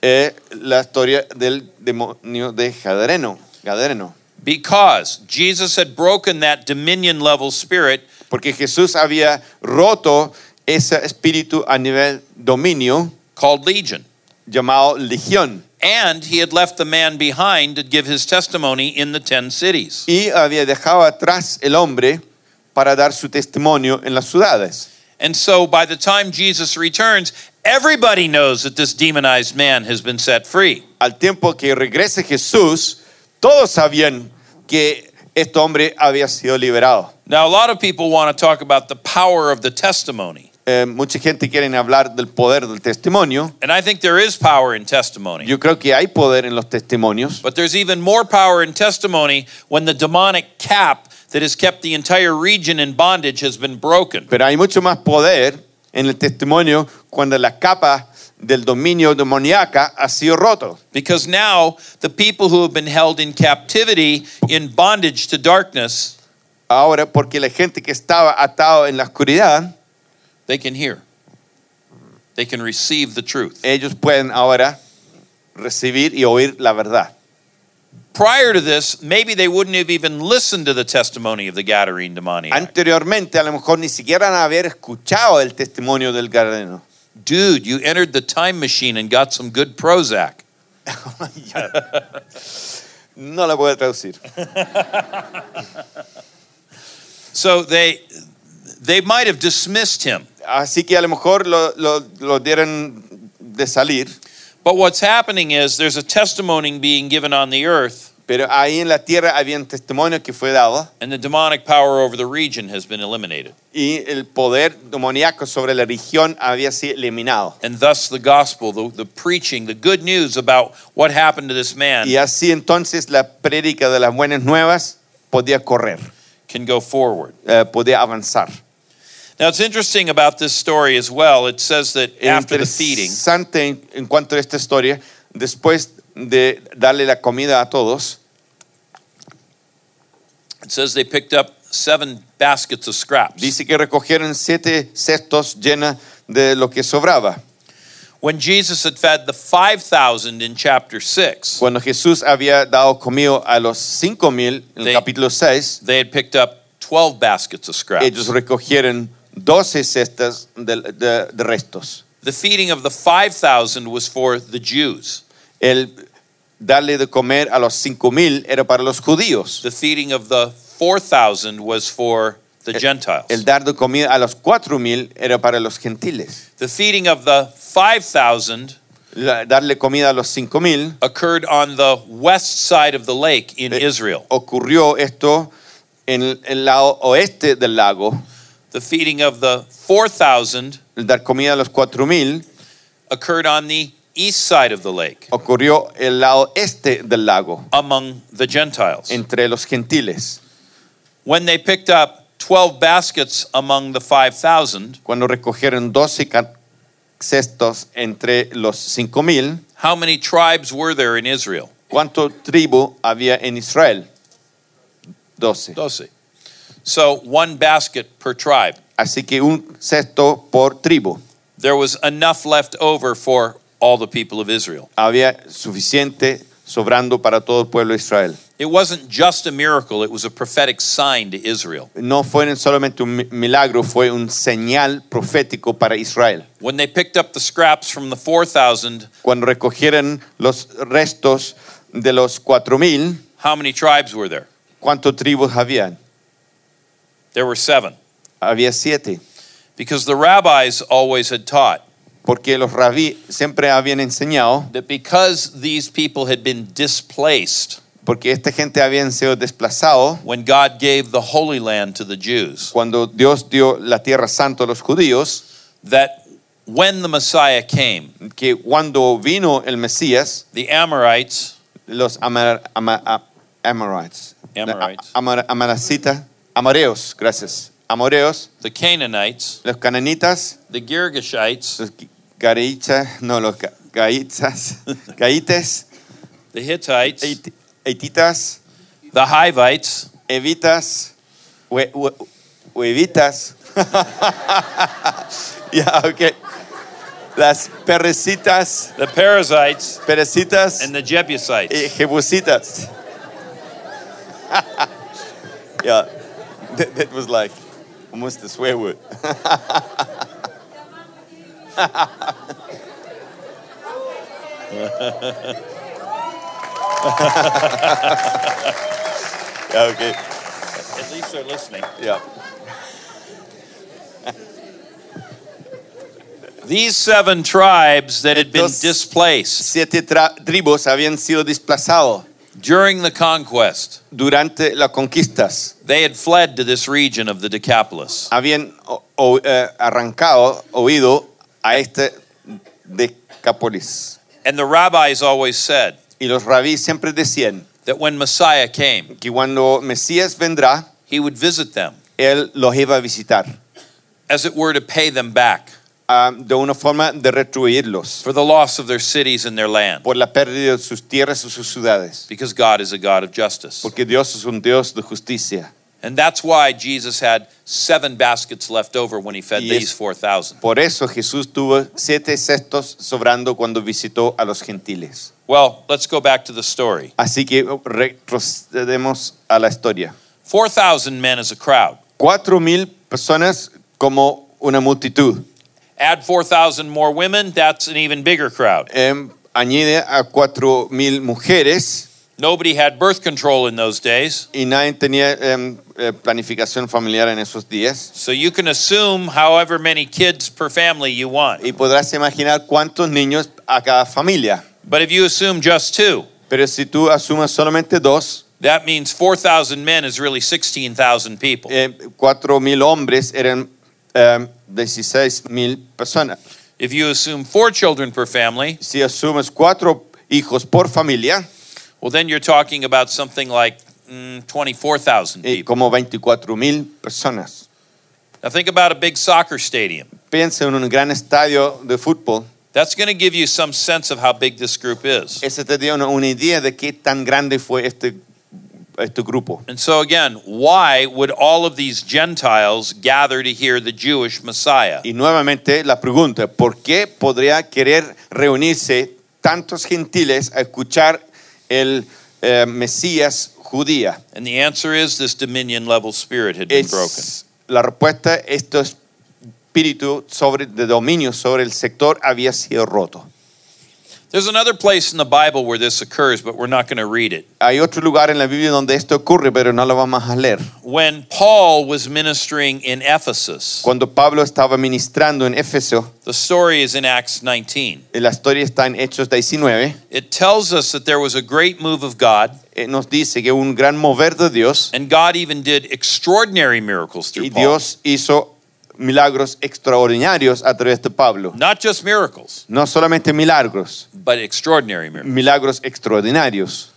eh, la historia del demonio de Gadareno. Gadareno. Because Jesus had broken that dominion level spirit, Porque Jesús había roto ese espíritu a nivel dominio called Legion. llamado legión. And he had left the man behind to give his testimony in the ten cities. y había dejado atrás el hombre para dar su testimonio en las ciudades. And so by the time Jesus returns, everybody knows that this demonized man has been set free. Al tiempo que regrese Jesús, todos sabían que este hombre había sido liberado. Now, a lot of people want to talk about the power of the testimony. Eh, mucha gente quiere hablar del poder del testimonio. And I think there is power in testimony. Yo creo que hay poder en los testimonios, But there's even more power in testimony when the demonic cap that has kept the entire region in bondage has been broken. pero hay mucho más poder en el testimonio cuando la capa del dominio demoníaca ha sido roto. Because now the people who have been held in captivity, in bondage to darkness, Ahora, porque la gente que estaba atado en la oscuridad, they can hear. They can receive the truth. ellos pueden ahora recibir y oír la verdad. Prior to this, maybe they wouldn't have even listened to the testimony of the Gadarene demoniac. Anteriormente, a lo mejor ni siquiera han haber escuchado el testimonio del Gadareno. Dude, you entered the time machine and got some good Prozac. No la puedo traducir. So they they might have dismissed him. Así que a lo mejor lo, lo, lo dieron de salir, But what's happening is there's a testimony being given on the earth, pero ahí en la tierra habían testimonios que fue dado and the demonic power over the region has been eliminated. y el poder demoníaco sobre la religión había sido eliminado. And thus the gospel, the, the preaching, the good news about what happened to this man Y así entonces la prédica de las buenas nuevas podía correr, can go forward. eh, podía avanzar. Now it's interesting about this story as well. It says that after the feeding, Interesante en- en cuanto a esta historia, después de darle la comida a todos, it says they picked up seven baskets of scraps. dice que recogieron siete cestos llenos de lo que sobraba. When Jesus had fed the 5,000 in chapter 6, Cuando Jesús había dado comido a los cinco mil en Sí. el capítulo 6, they had picked up 12 baskets of ellos scraps. recogieron 12 cestas de, de- de restos. The feeding of the 5,000 was for the Jews. El darle de comer a los cinco mil era para los judíos. The feeding of the 4,000 was for the Gentiles. El dar de comida a los cuatro mil era para los gentiles. The feeding of the 5,000 La- darle comida a los cinco mil occurred on the west side of the lake in Eh. Israel. ocurrió esto en el- el lado oeste del lago. The feeding of the 4,000 El dar comida a los 4.000 occurred on the east side of the lake ocurrió el lado este del lago, among the Gentiles. entre los gentiles. When they picked up 12 baskets among the 5,000, Cuando recogieron 12 ca- cestos entre los 5.000, how many tribes were there in Israel? ¿cuánto tribu había en Israel? 12. Doce. So one basket per tribe. Así que un cesto por tribu. There was enough left over for all the people of Israel. Había suficiente sobrando para todo el pueblo de Israel. It wasn't just a miracle, it was a prophetic sign to Israel. No fue solamente un mi- milagro, fue un señal profético para Israel. When they picked up the scraps from the 4,000, cuando recogieron los restos de los cuatro mil, how many tribes were there? ¿cuántos tribus habían? There were seven. Había siete, Because the rabbis always had taught porque los rabí siempre habían enseñado, that because these people had been displaced porque esta gente habían sido desplazados when God gave the Holy Land to the Jews, cuando Dios dio la tierra santa a los judíos, that when the Messiah came, que cuando vino el Mesías, the Amorites, los amar- ama- a- Amorites, Amorites. a- amar- amaracita- amareos, gracias, amoreos, the Canaanites, los cananitas, the Girgashites, los garichas, no, los ga- gaitas, gaites, the Hittites, Eit- Eititas, the Hivites, Evitas, hue- hue- Huevitas. Ya, ok. Las perrecitas, the Perizzites, perecitas and the Jebusites. y jebusitas. yeah, that, that was like almost a swear word. yeah, okay. At least they're listening. Yeah. These seven tribes that had been Estos- displaced Siete tra- tribus habían sido desplazados during the conquest, durante las conquistas. they had fled to this region of the Decapolis. habían o- o- eh, arrancado, oído a este Decapolis. And the rabbis always said Y los rabíes siempre decían that when Messiah came, que cuando Mesías vendrá, he would visit them, él los iba a visitar as it were, to pay them back ah, de una forma de retribuirlos for the loss of their cities and their land, por la pérdida de sus tierras o sus ciudades, because God is a God of justice. porque Dios es un Dios de justicia. And that's why Jesus had seven baskets left over when he fed Y es- these 4,000. Por eso Jesús tuvo siete cestos sobrando cuando visitó a los gentiles. Well, let's go back to the story. Así que retrocedemos a la historia. 4,000 men is a crowd. Cuatro mil personas como una multitud. Add 4,000 more women, that's an even bigger crowd. Em, añade a cuatro mil mujeres Nobody had birth control in those days, y nadie tenía em, eh, planificación familiar en esos días. so you can assume however many kids per family you want. Y podrás imaginar cuántos niños a cada familia. But if you assume just two, Pero si tú asumes solamente dos, that means 4,000 men is really 16,000 people. eh, cuatro mil hombres eran em, dieciséis mil personas. If you assume four children per family, Si asumes cuatro hijos por familia, well, then you're talking about something like mm, 24,000 eh, people. como 24 mil personas. Now think about a big soccer stadium. Piensa en un gran estadio de fútbol. That's going to give you some sense of how big this group is. Ese te dio una, una idea de qué tan grande fue este, este grupo. And so, again, why would all of these Gentiles gather to hear the Jewish Messiah? Y nuevamente la pregunta, ¿por qué podría querer reunirse tantos gentiles a escuchar el eh, Mesías judía? And the answer is this dominion level spirit had been broken. Es, la respuesta, este espíritu sobre, de dominio sobre el sector había sido roto. There's another place in the Bible where this occurs, but we're not going to read it. Hay otro lugar en la Biblia donde esto ocurre, pero no lo vamos a leer. When Paul was ministering in Ephesus, Cuando Pablo estaba ministrando en Éfeso, the story is in Acts 19. la historia está en Hechos 19, It tells us that there was a great move of God, eh, nos dice que un gran mover de Dios and God even did extraordinary miracles through y Paul. Dios hizo milagros extraordinarios a través de Pablo. Not just miracles, No solamente milagros, but extraordinary miracles. milagros extraordinarios.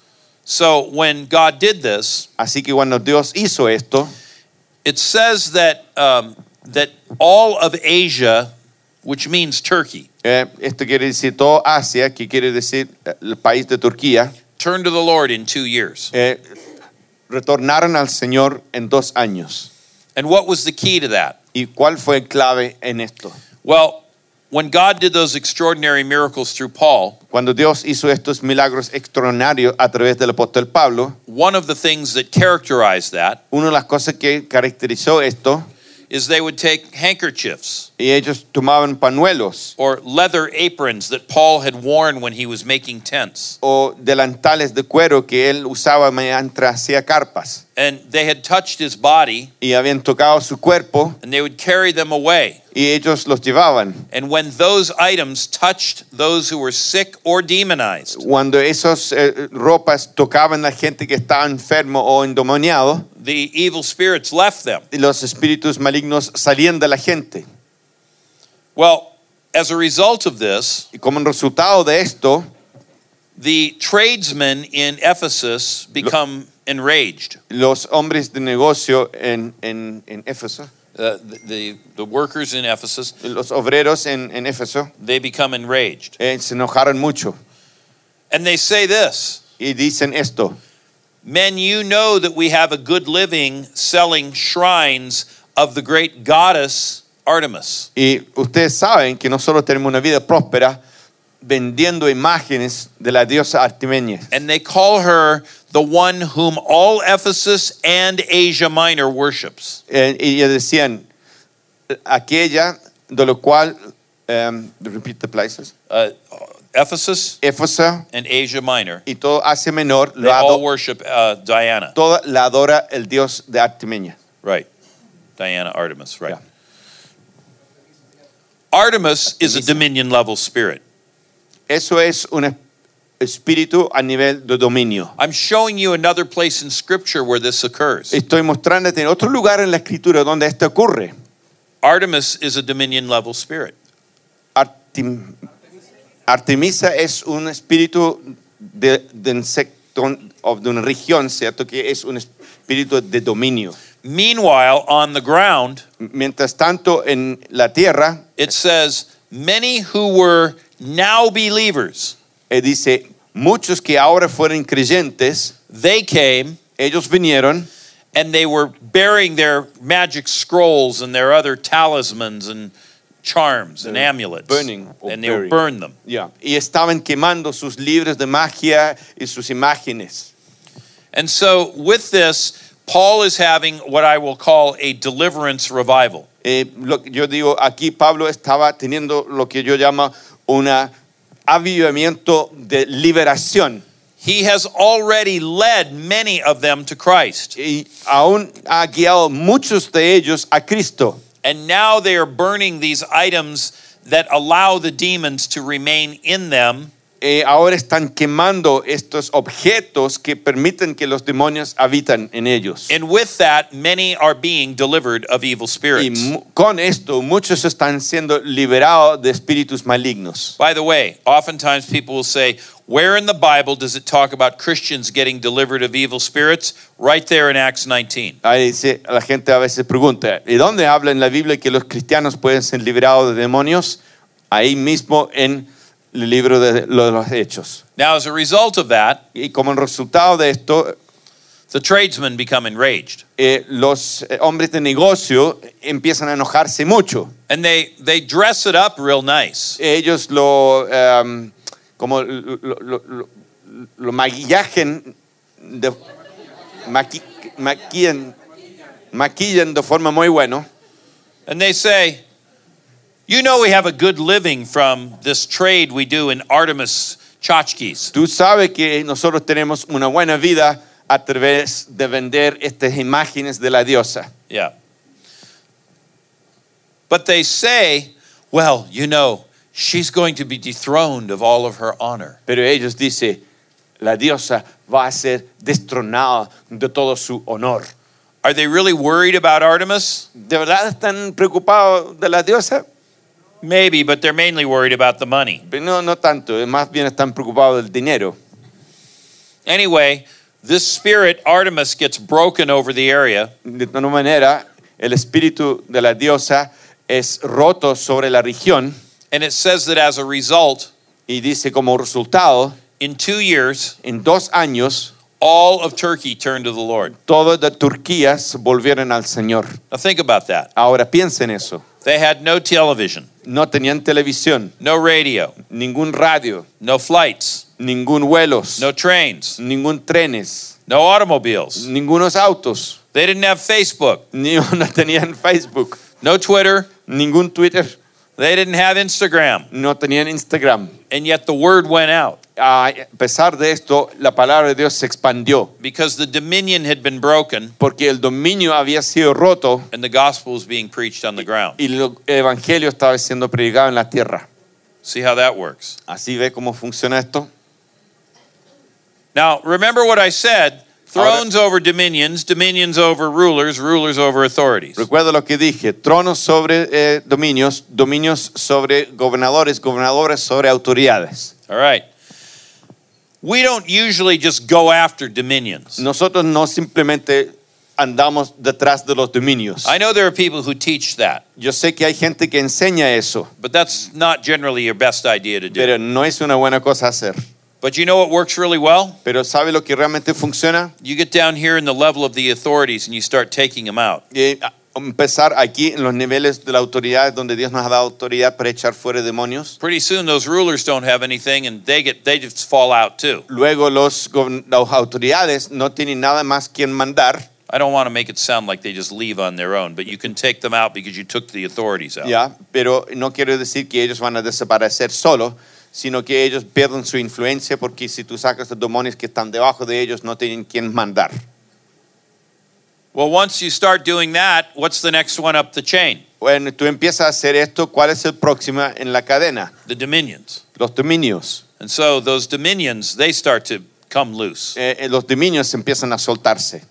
So when God did this, Así que cuando Dios hizo esto, it says that um, that all of Asia, which means Turkey, eh, esto quiere decir todo Asia, que quiere decir eh, el país de Turquía, turned to the Lord in two years. eh, retornaron al Señor en dos años. And what was the key to that? ¿Y cuál fue el clave en esto? Well, when God did those extraordinary miracles through Paul, Cuando Dios hizo estos milagros extraordinarios a través del apóstol Pablo, one of the things that characterized that una de las cosas que caracterizó esto, is they would take handkerchiefs y ellos tomaban panuelos or leather aprons that Paul had worn when he was making tents, o delantales de cuero que él usaba mientras hacía carpas and they had touched his body, y habían tocado su cuerpo and they would carry them away. y ellos los llevaban. And when those items touched those who were sick or demonized, Cuando esas eh, ropas tocaban a la gente que estaba enfermo o endemoniado, the evil spirits left them. los espíritus malignos salían de la gente. Well, as a result of this, Y como resultado de esto, the tradesmen in Ephesus become enraged. los hombres de negocio en, en, en Éfeso, Uh, the, the, the workers in Ephesus, los obreros en, en Éfeso, they become enraged. eh, se enojaron mucho And they say this y dicen esto. Men, you know that we have a good living selling shrines of the great goddess Artemis. Y ustedes saben que nosotros tenemos una vida próspera vendiendo imágenes de la diosa Artemenia. And they call her the one whom all Ephesus and Asia Minor worships. Eh, y ellos decían, aquella de lo cual, em, repeat the places, uh, Ephesus Éfeso and Asia Minor, y todo Asia Menor, they lo all ado- worship uh, Diana. toda la adora el dios de Artemenia. Right. Diana Artemis, right. Yeah. Artemis is a dominion level spirit. Eso es un es- espíritu a nivel de dominio. I'm showing you another place in scripture where this occurs. Estoy mostrándote en otro lugar en la escritura donde esto ocurre. Artemis is a dominion level spirit. Artim- Artemisa es un espíritu de, de, un sectón- o de una región, ¿cierto? Que es un espíritu de dominio. Meanwhile, on the ground, Mientras tanto, en la tierra, it says, Many who were now believers, eh, dice, muchos que ahora fueron creyentes, they came ellos vinieron and they were bearing their magic scrolls and their other talismans and charms and They're amulets. burning or and they will burying. burn them. ya, y estaban quemando sus libros de magia y sus imágenes. And so, with this, Paul is having what I will call a deliverance revival. Eh, lo que yo digo, aquí Pablo estaba teniendo lo que yo llamo un avivamiento de liberación. He has already led many of them to Christ, y aún ha guiado muchos de ellos a Cristo. and now they are burning these items that allow the demons to remain in them Eh, ahora están quemando estos objetos que permiten que los demonios habitan en ellos. And with that, many are being delivered of evil Y spirits. mu- con esto muchos están siendo liberados de espíritus malignos. By the way, oftentimes people will say, Where in the Bible does it talk about Christians getting delivered of evil spirits? Right there in Acts 19. Ahí dice, la gente a veces pregunta, ¿y dónde habla en la Biblia que los cristianos pueden ser liberados de demonios? Ahí mismo en el libro de los los Hechos. Now, as a result of that, Y como resultado de esto, the tradesmen become enraged eh, los eh, hombres de negocio empiezan a enojarse mucho. and they, they dress it up real nice. ellos lo em, como lo, lo- lo- lo- lo maquillajen de, maqui- maquillan maquillan de forma muy buena And they say, You know, we have a good living from this trade we do in Artemis tchotchkes. tú sabes que nosotros tenemos una buena vida a través de vender estas imágenes de la diosa Yeah. But they say, well, you know, she's going to be dethroned of all of her honor. pero ellos dicen la diosa va a ser destronada de todo su honor Are they really worried about Artemis? de verdad están preocupados de la diosa Maybe, but they're mainly worried about the money. no no tanto más bien están preocupados del dinero Anyway, this spirit, Artemis, gets broken over the area, de tal manera el espíritu de la diosa es roto sobre la región and it says that as a result, y dice como resultado, in two years, en dos años, all of Turkey turned to the Lord. todo de Turquía se volvieron al Señor. Now, think about that. Ahora piensen eso. They had no television, No tenían televisión, no radio, ningún radio, no flights, ningún vuelos, no trains, ningún trenes, no automobiles. ningunos autos, They didn't have Facebook, ni no tenían Facebook, no Twitter, ningún Twitter, they didn't have Instagram, no tenían Instagram. and yet the word went out A pesar de esto, la palabra de Dios se expandió because the dominion had been broken porque el dominio había sido roto and the gospel was being preached on the ground. y el evangelio estaba siendo predicado en la tierra. See how that works. Así ve cómo funciona esto. Now, remember what I said thrones over dominions, dominions over rulers, rulers over authorities. Recuerda lo que dije, tronos sobre eh, dominios, dominios sobre gobernadores, gobernadores sobre autoridades. All right. We don't usually just go after dominions. Nosotros no simplemente andamos detrás de los dominios. I know there are people who teach that, Yo sé que hay gente que enseña eso, but that's not generally your best idea to do. pero no es una buena cosa hacer. But you know what works really well? Pero ¿sabe lo que realmente funciona? You get down here in the level of the authorities and you start taking them out. Eh, a- empezar aquí en los niveles de la autoridad donde Dios nos ha dado autoridad para echar fuera demonios. Pretty soon those rulers don't have anything and they get they just fall out too. Luego los gobern- las autoridades no tienen nada más quien mandar, I don't want to make it sound like they just leave on their own, but you can take them out because you took the authorities out. ya, pero no quiero decir que ellos van a desaparecer solos, sino que ellos pierden su influencia porque si tú sacas los demonios que están debajo de ellos no tienen quien mandar. Well, once you start doing that, what's the next one up the chain? Bueno, tú empiezas a hacer esto, ¿cuál es el próximo en la cadena? The dominions. Los dominios. And so those dominions, they start to come loose. Eh, eh, los dominios empiezan a soltarse.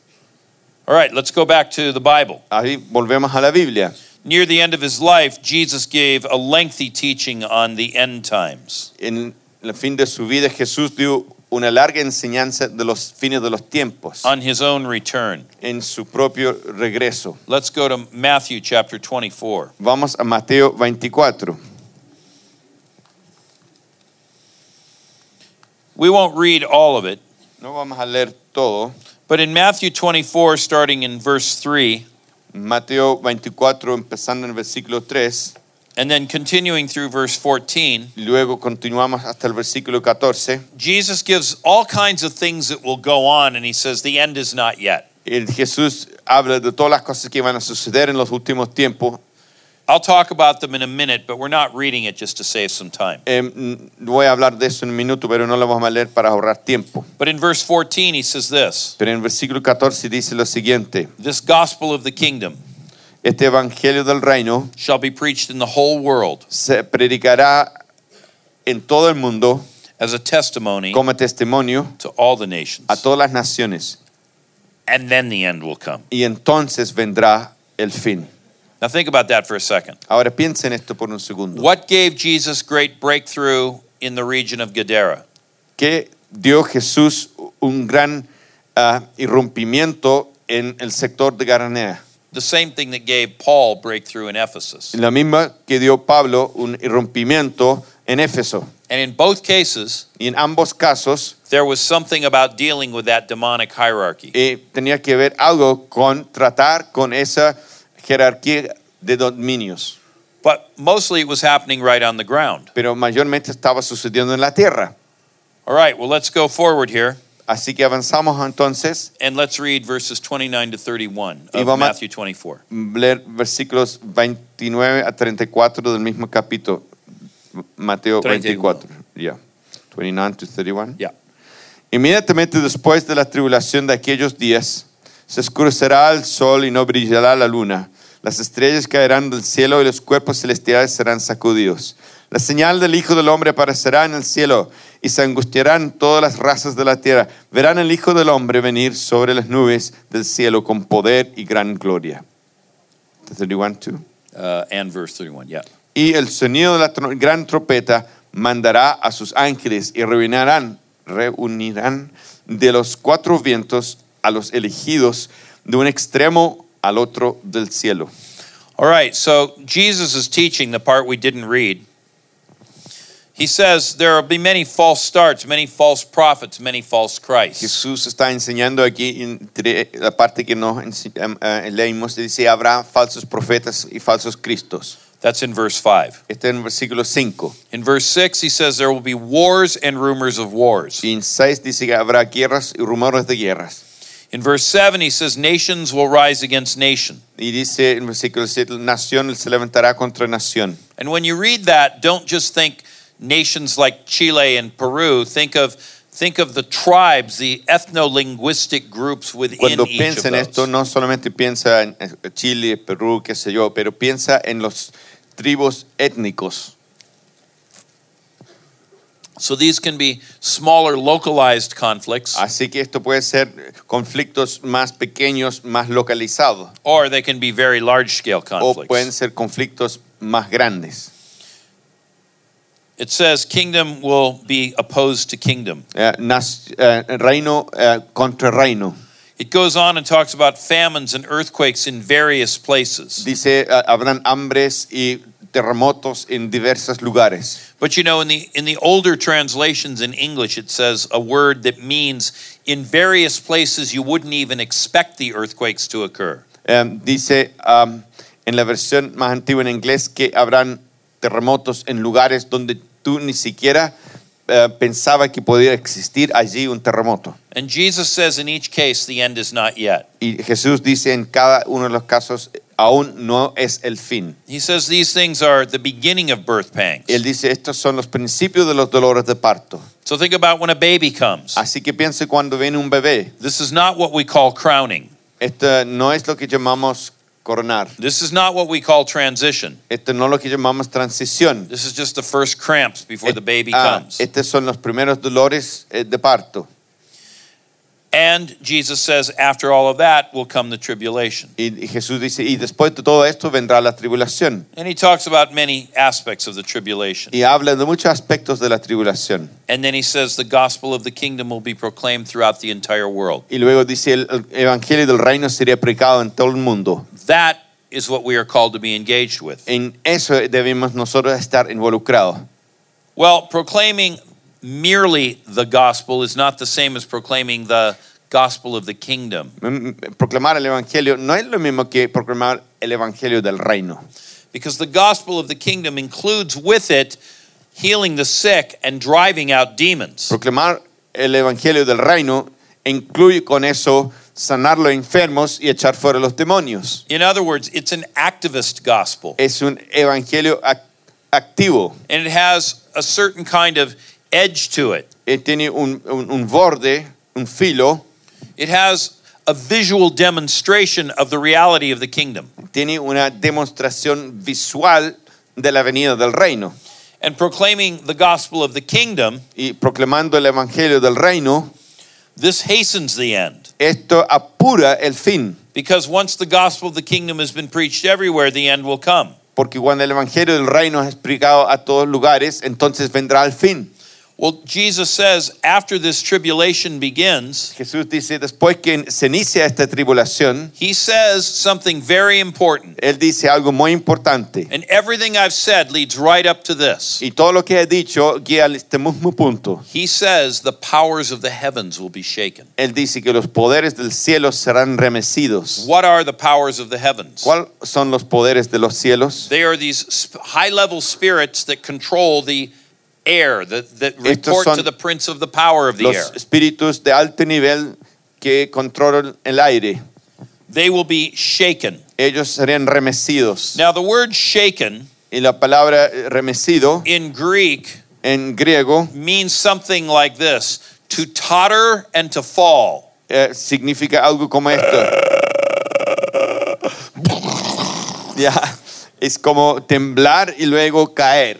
All right, let's go back to the Bible. Ahí volvemos a la Biblia. Near the end of his life, Jesus gave a lengthy teaching on the end times. En el fin de su vida Jesús dio una larga enseñanza de los fines de los tiempos On his own return. en su propio regreso. Let's go to Matthew chapter 24. Vamos a Mateo 24. We won't read all of it, No vamos a leer todo. but in Matthew 24, starting in verse 3, Mateo 24, empezando en el versículo 3, and then continuing through verse 14, y luego continuamos hasta el versículo 14. Jesus gives all kinds of things that will go on, and he says, The end is not yet. El Jesús habla de todas las cosas que van a suceder en los últimos tiempos. I'll talk about them in a minute, but we're not reading it just to save some time. Eh, mm, voy a hablar de eso en un minuto, pero no lo vamos a leer para ahorrar tiempo. But in verse 14, he says this Pero en el versículo 14 dice lo siguiente, This gospel of the kingdom este Evangelio del Reino shall be preached in the whole world se predicará en todo el mundo as a testimony como testimonio to all the nations. a todas las naciones And then the end will come. y entonces vendrá el fin. Now, think about that for a second. Ahora piensen esto por un segundo. What gave Jesus great breakthrough in the region of Gadara? que dio Jesús un gran ah, irrumpimiento en el sector de Garanea. The same thing that gave Paul breakthrough in Ephesus. La misma que dio Pablo un irrumpimiento en Éfeso. And in both cases, Y en ambos casos there was something about dealing with that demonic hierarchy. eh, tenía que ver algo con tratar con esa jerarquía de dominios, But mostly it was happening right on the ground. pero mayormente estaba sucediendo en la tierra. All right, well, let's go forward here Así que avanzamos entonces, and let's read verses 29 to 31 Y of vamos a- Matthew 24. leer versículos 29 a 34 del mismo capítulo, Mateo 31. 24. ya 29 to 31. Yeah. Inmediatamente después de la tribulación de aquellos días, se oscurecerá el sol y no brillará la luna. Las estrellas caerán del cielo y los cuerpos celestiales serán sacudidos. La señal del Hijo del Hombre aparecerá en el cielo y se angustiarán todas las razas de la tierra. Verán el Hijo del Hombre venir sobre las nubes del cielo con poder y gran gloria. 31, two. Uh, and verse 31. Yeah. Y el sonido de la tro- gran trompeta mandará a sus ángeles y reunirán, reunirán de los cuatro vientos a los elegidos de un extremo al otro del cielo. All right, so Jesus is teaching the part we didn't read. He says there will be many false starts, many false prophets, many false Christs. Jesús está enseñando aquí entre la parte que nos ense- em, eh, leímos, dice, habrá falsos profetas y falsos cristos. That's in verse 5. Está en el versículo 5. In verse 6, he says there will be wars and rumors of wars. Y en 6 dice que habrá guerras y rumores de guerras. In verse 7, he says nations will rise against nation. Y dice en el versículo 7, nación se levantará contra nación. And when you read that, don't just think nations like Chile and Peru. Think of think of the tribes, the ethno-linguistic groups within cuando each of piensa en those. esto, no solamente piensa en eh, Chile, Perú, qué sé yo, pero piensa en los tribus étnicos. So these can be smaller, localized conflicts, Así que esto puede ser conflictos más pequeños, más localizados, or they can be very large-scale o pueden conflicts. ser conflictos más grandes. It says kingdom will be opposed to kingdom. Eh, nas- eh, reino eh, contra reino. It goes on and talks about famines and earthquakes in various places. Dice, ah, habrán hambres y terremotos en diversos lugares. But you know, in the in the older translations in English, it says a word that means in various places you wouldn't even expect the earthquakes to occur. Eh, dice am, en la versión más antigua en inglés que habrán terremotos en lugares donde tú ni siquiera eh, pensaba que podía existir allí un terremoto. And Jesus says in each case, the end is not yet. Y Jesús dice en cada uno de los casos, aún no es el fin. He says these things are the beginning of birth pangs. Él dice, estos son los principios de los dolores de parto. So think about when a baby comes. Así que piense cuando viene un bebé. This is not what we call crowning. Esto no es lo que llamamos coronar. This is not what we call transition. Esto no es lo que llamamos transición. This is just the first cramps before the baby Ah, comes. estos son los primeros dolores eh, de parto. and Jesus says, after all of that will come the tribulation. Y y Jesús dice, y después de todo esto vendrá la tribulación. And he talks about many aspects of the tribulation. Y habla de muchos aspectos de la tribulación. And then he says, the gospel of the kingdom will be proclaimed throughout the entire world. Y luego dice, el, el evangelio del reino sería predicado en todo el mundo. That is what we are called to be engaged with. En eso debemos nosotros estar involucrados. Well, proclaiming merely the gospel is not the same as proclaiming the gospel of the kingdom Mm, Proclamar el evangelio no es lo mismo que proclamar el evangelio del reino. because the gospel of the kingdom includes with it healing the sick and driving out demons. Proclamar el evangelio del reino incluye con eso sanar los enfermos y echar fuera los demonios. In other words, it's an activist gospel Es un evangelio ac- activo. and it has a certain kind of edge to it. Eh, tiene un, un- un borde, un filo, It has a visual demonstration of the reality of the kingdom. tiene una demostración visual de la venida del reino. And proclaiming the gospel of the kingdom, Y proclamando el evangelio del reino, this hastens the end. esto apura el fin. Because once the gospel of the kingdom has been preached everywhere, the end will come. Porque cuando el Evangelio del Reino es explicado a todos lugares, entonces vendrá el fin. Well, Jesus says after this tribulation begins, Jesús dice, después que se inicia esta tribulación, he says something very important. Él dice algo muy importante. And everything I've said leads right up to this. Y todo lo que he dicho guía a este mismo punto. He says the powers of the heavens will be shaken. Él dice que los poderes del cielo serán remecidos. What are the powers of the heavens? ¿Cuáles son los poderes de los cielos? They are these sp- high level spirits that control the air, that, that report son to the prince of the power of the Los air. espíritus de alto nivel que controlan el aire. They will be shaken. Ellos serían remecidos. Now, the word shaken Y la palabra eh, remecido in Greek en griego means something like this to totter and to fall. eh, significa algo como esto. Ya, es como temblar y luego caer.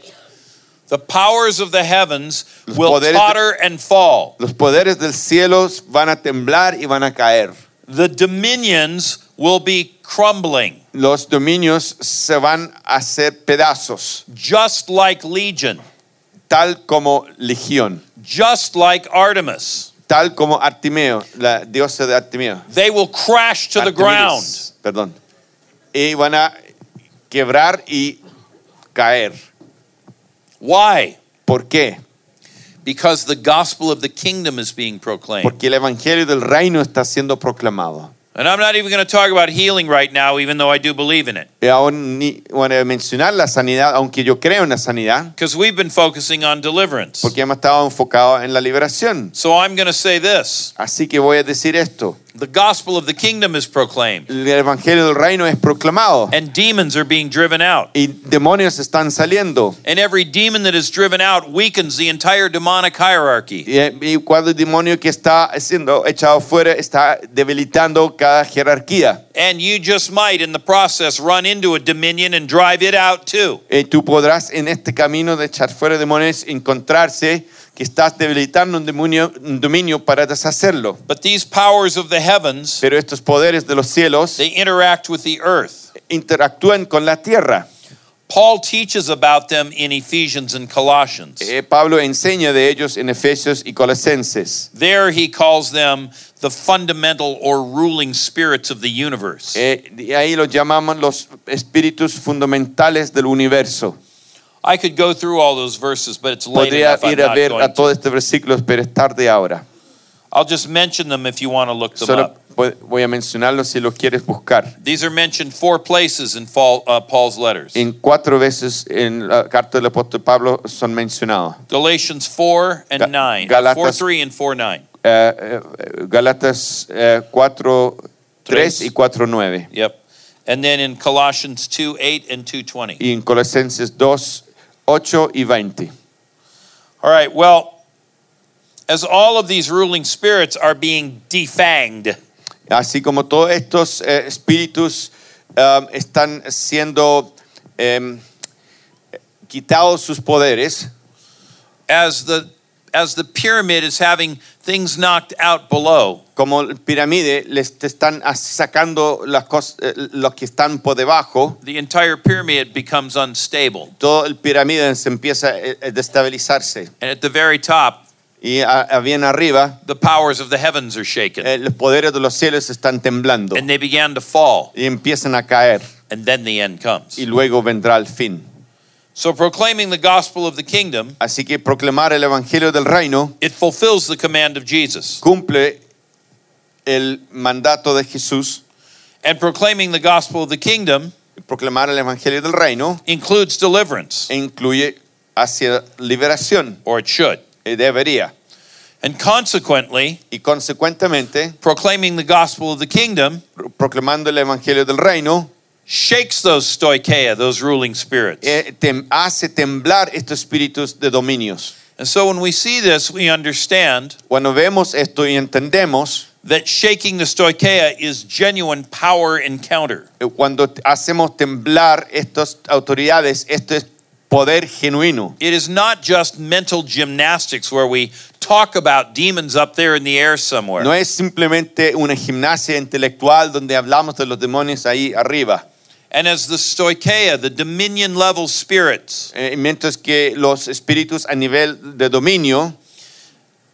The powers of the heavens Los will poderes de- totter and fall. Los poderes del cielo van a temblar y van a caer. The dominions will be crumbling, Los dominios se van a hacer pedazos, just like Legion, tal como Legión, just like Artemis. tal como Artimeo, la diosa de Artimeo. They will crash to the ground. Artemides, Perdón. Y van a quebrar y caer. Why? ¿Por qué? Because the gospel of the kingdom is being proclaimed. Porque el evangelio del reino está siendo proclamado. And I'm not even going to talk about healing right now, even though I do believe in it, Y aún ni bueno, mencionar la sanidad, aunque yo creo en la sanidad, because we've been focusing on deliverance. porque hemos estado enfocados en la liberación. So I'm going to say this Así que voy a decir esto. the gospel of the kingdom is proclaimed, El evangelio del reino es proclamado and demons are being driven out. y demonios están saliendo. And every demon that is driven out weakens the entire demonic hierarchy. Y, y cuando el demonio que está siendo echado fuera está debilitando cada jerarquía. And you just might, in the process, run into a dominion and drive it out too. Y Eh, tú podrás en este camino de echar fuera demonios encontrarse que estás debilitando un, demonio, un dominio para deshacerlo. But these powers of the heavens, Pero estos poderes de los cielos they interact with the earth. interactúan con la tierra. Paul teaches about them in Ephesians and Colossians. Eh, Pablo enseña de ellos en Efesios y Colosenses. There he calls them the fundamental or ruling spirits of the universe. Eh, y ahí los llamamos los espíritus fundamentales del universo. I could go through all those verses, but it's late Podría enough. I'm ir a not ver going a to. todos estos versículos, pero es tarde ahora. I'll just mention them if you want to look them Solo up. vo- voy a mencionarlos si los quieres buscar. These are mentioned four places in Paul, uh, Paul's letters. En cuatro veces en la carta del apóstol Pablo son mencionados. Galatians 4 and Ga- 9. Galatas- 4, 3 and 4, 9. Eh, eh, Galatas eh, 4, 3 Tres. y 4, 9. Yep. And then in Colossians 2, 8 and 2.20. Y en Colosenses 2, 8 y 20. All right, well, as all of these ruling spirits are being defanged, así como todos estos eh, espíritus um, están siendo em, quitados sus poderes, As the as the pyramid is having things knocked out below, como el pirámide, les te están as- sacando las cos- eh, los que están por debajo, the entire pyramid becomes unstable. todo el pirámide se empieza a eh, destabilizarse. And at the very top, Y a- a bien arriba, the powers of the heavens are shaken. eh, los poderes de los cielos están temblando And they began to fall. y empiezan a caer. And then the end comes. Y luego vendrá el fin. So proclaiming the gospel of the kingdom, Así que proclamar el Evangelio del Reino it fulfills the command of Jesus. cumple el mandato de Jesús. And proclaiming the gospel of the kingdom Proclamar el Evangelio del Reino includes deliverance, e incluye hacia liberación, or it should. eh, debería. And consequently, Y consecuentemente, proclaiming the gospel of the kingdom pro- proclamando el Evangelio del Reino, shakes those stoicheia, those ruling spirits. eh, tem- hace temblar estos espíritus de dominios. And so when we see this, we understand Cuando vemos esto y entendemos, that shaking the stoicheia is genuine power encounter. eh, cuando t- hacemos temblar estas autoridades, esto es poder genuino. It is not just mental gymnastics where we talk about demons up there in the air somewhere. No es simplemente una gimnasia intelectual donde hablamos de los demonios ahí arriba. And as the stoicheia, the dominion level spirits, Eh, mientras que los espíritus a nivel de dominio,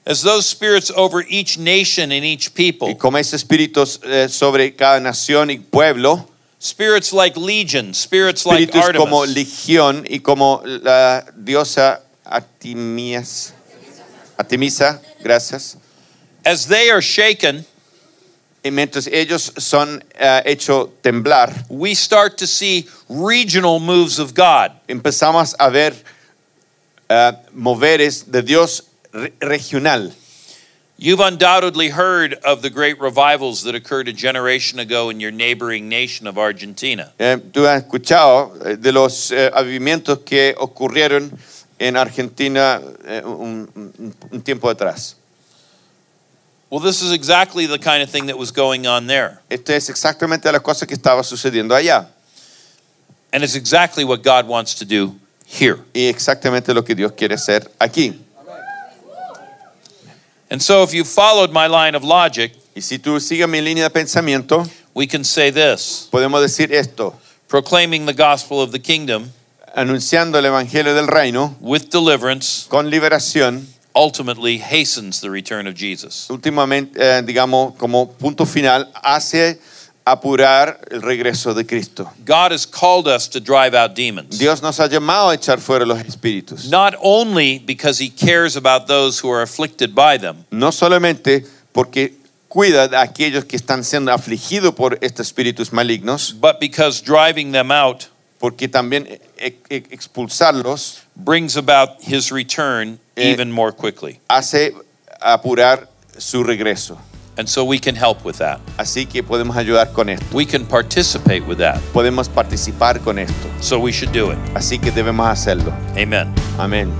as those spirits over each nation and each y people, como esos espíritus eh, sobre cada nación y pueblo, spirits like legion, spirits like espíritus como Artemis, legión y como la diosa Artemias, Artemisa, gracias. as they are shaken, Y mientras ellos son eh, hechos temblar, we start to see regional moves of God. empezamos a ver eh, moveres de Dios re- regional. You've undoubtedly heard of the great revivals that occurred a generation ago in your neighboring nation of Argentina. Eh, tú has escuchado eh, de los eh, avivamientos que ocurrieron en Argentina eh, un, un- un tiempo atrás. Well, this is exactly the kind of thing that was going on there. Esto es exactamente las cosas que estaba sucediendo allá And it's exactly what God wants to do here. y exactamente lo que Dios quiere hacer aquí. And so, if you followed my line of logic, Y si tú sigues mi línea de pensamiento, we can say this podemos decir esto, proclaiming the gospel of the kingdom anunciando el Evangelio del Reino with deliverance con liberación, ultimately hastens the return of Jesus. últimamente, eh, digamos, como punto final, hace apurar el regreso de Cristo. God has called us to drive out demons, Dios nos ha llamado a echar fuera los espíritus. not only because he cares about those who are afflicted by them, no solamente porque cuida de aquellos que están siendo afligidos por estos espíritus malignos, but because driving them out porque también e- e- expulsarlos brings about his return Eh. even more quickly. hace apurar su regreso. And so we can help with that. Así que podemos ayudar con esto, We can participate with that. podemos participar con esto, So we should do it. así que debemos hacerlo. Amen. Amén.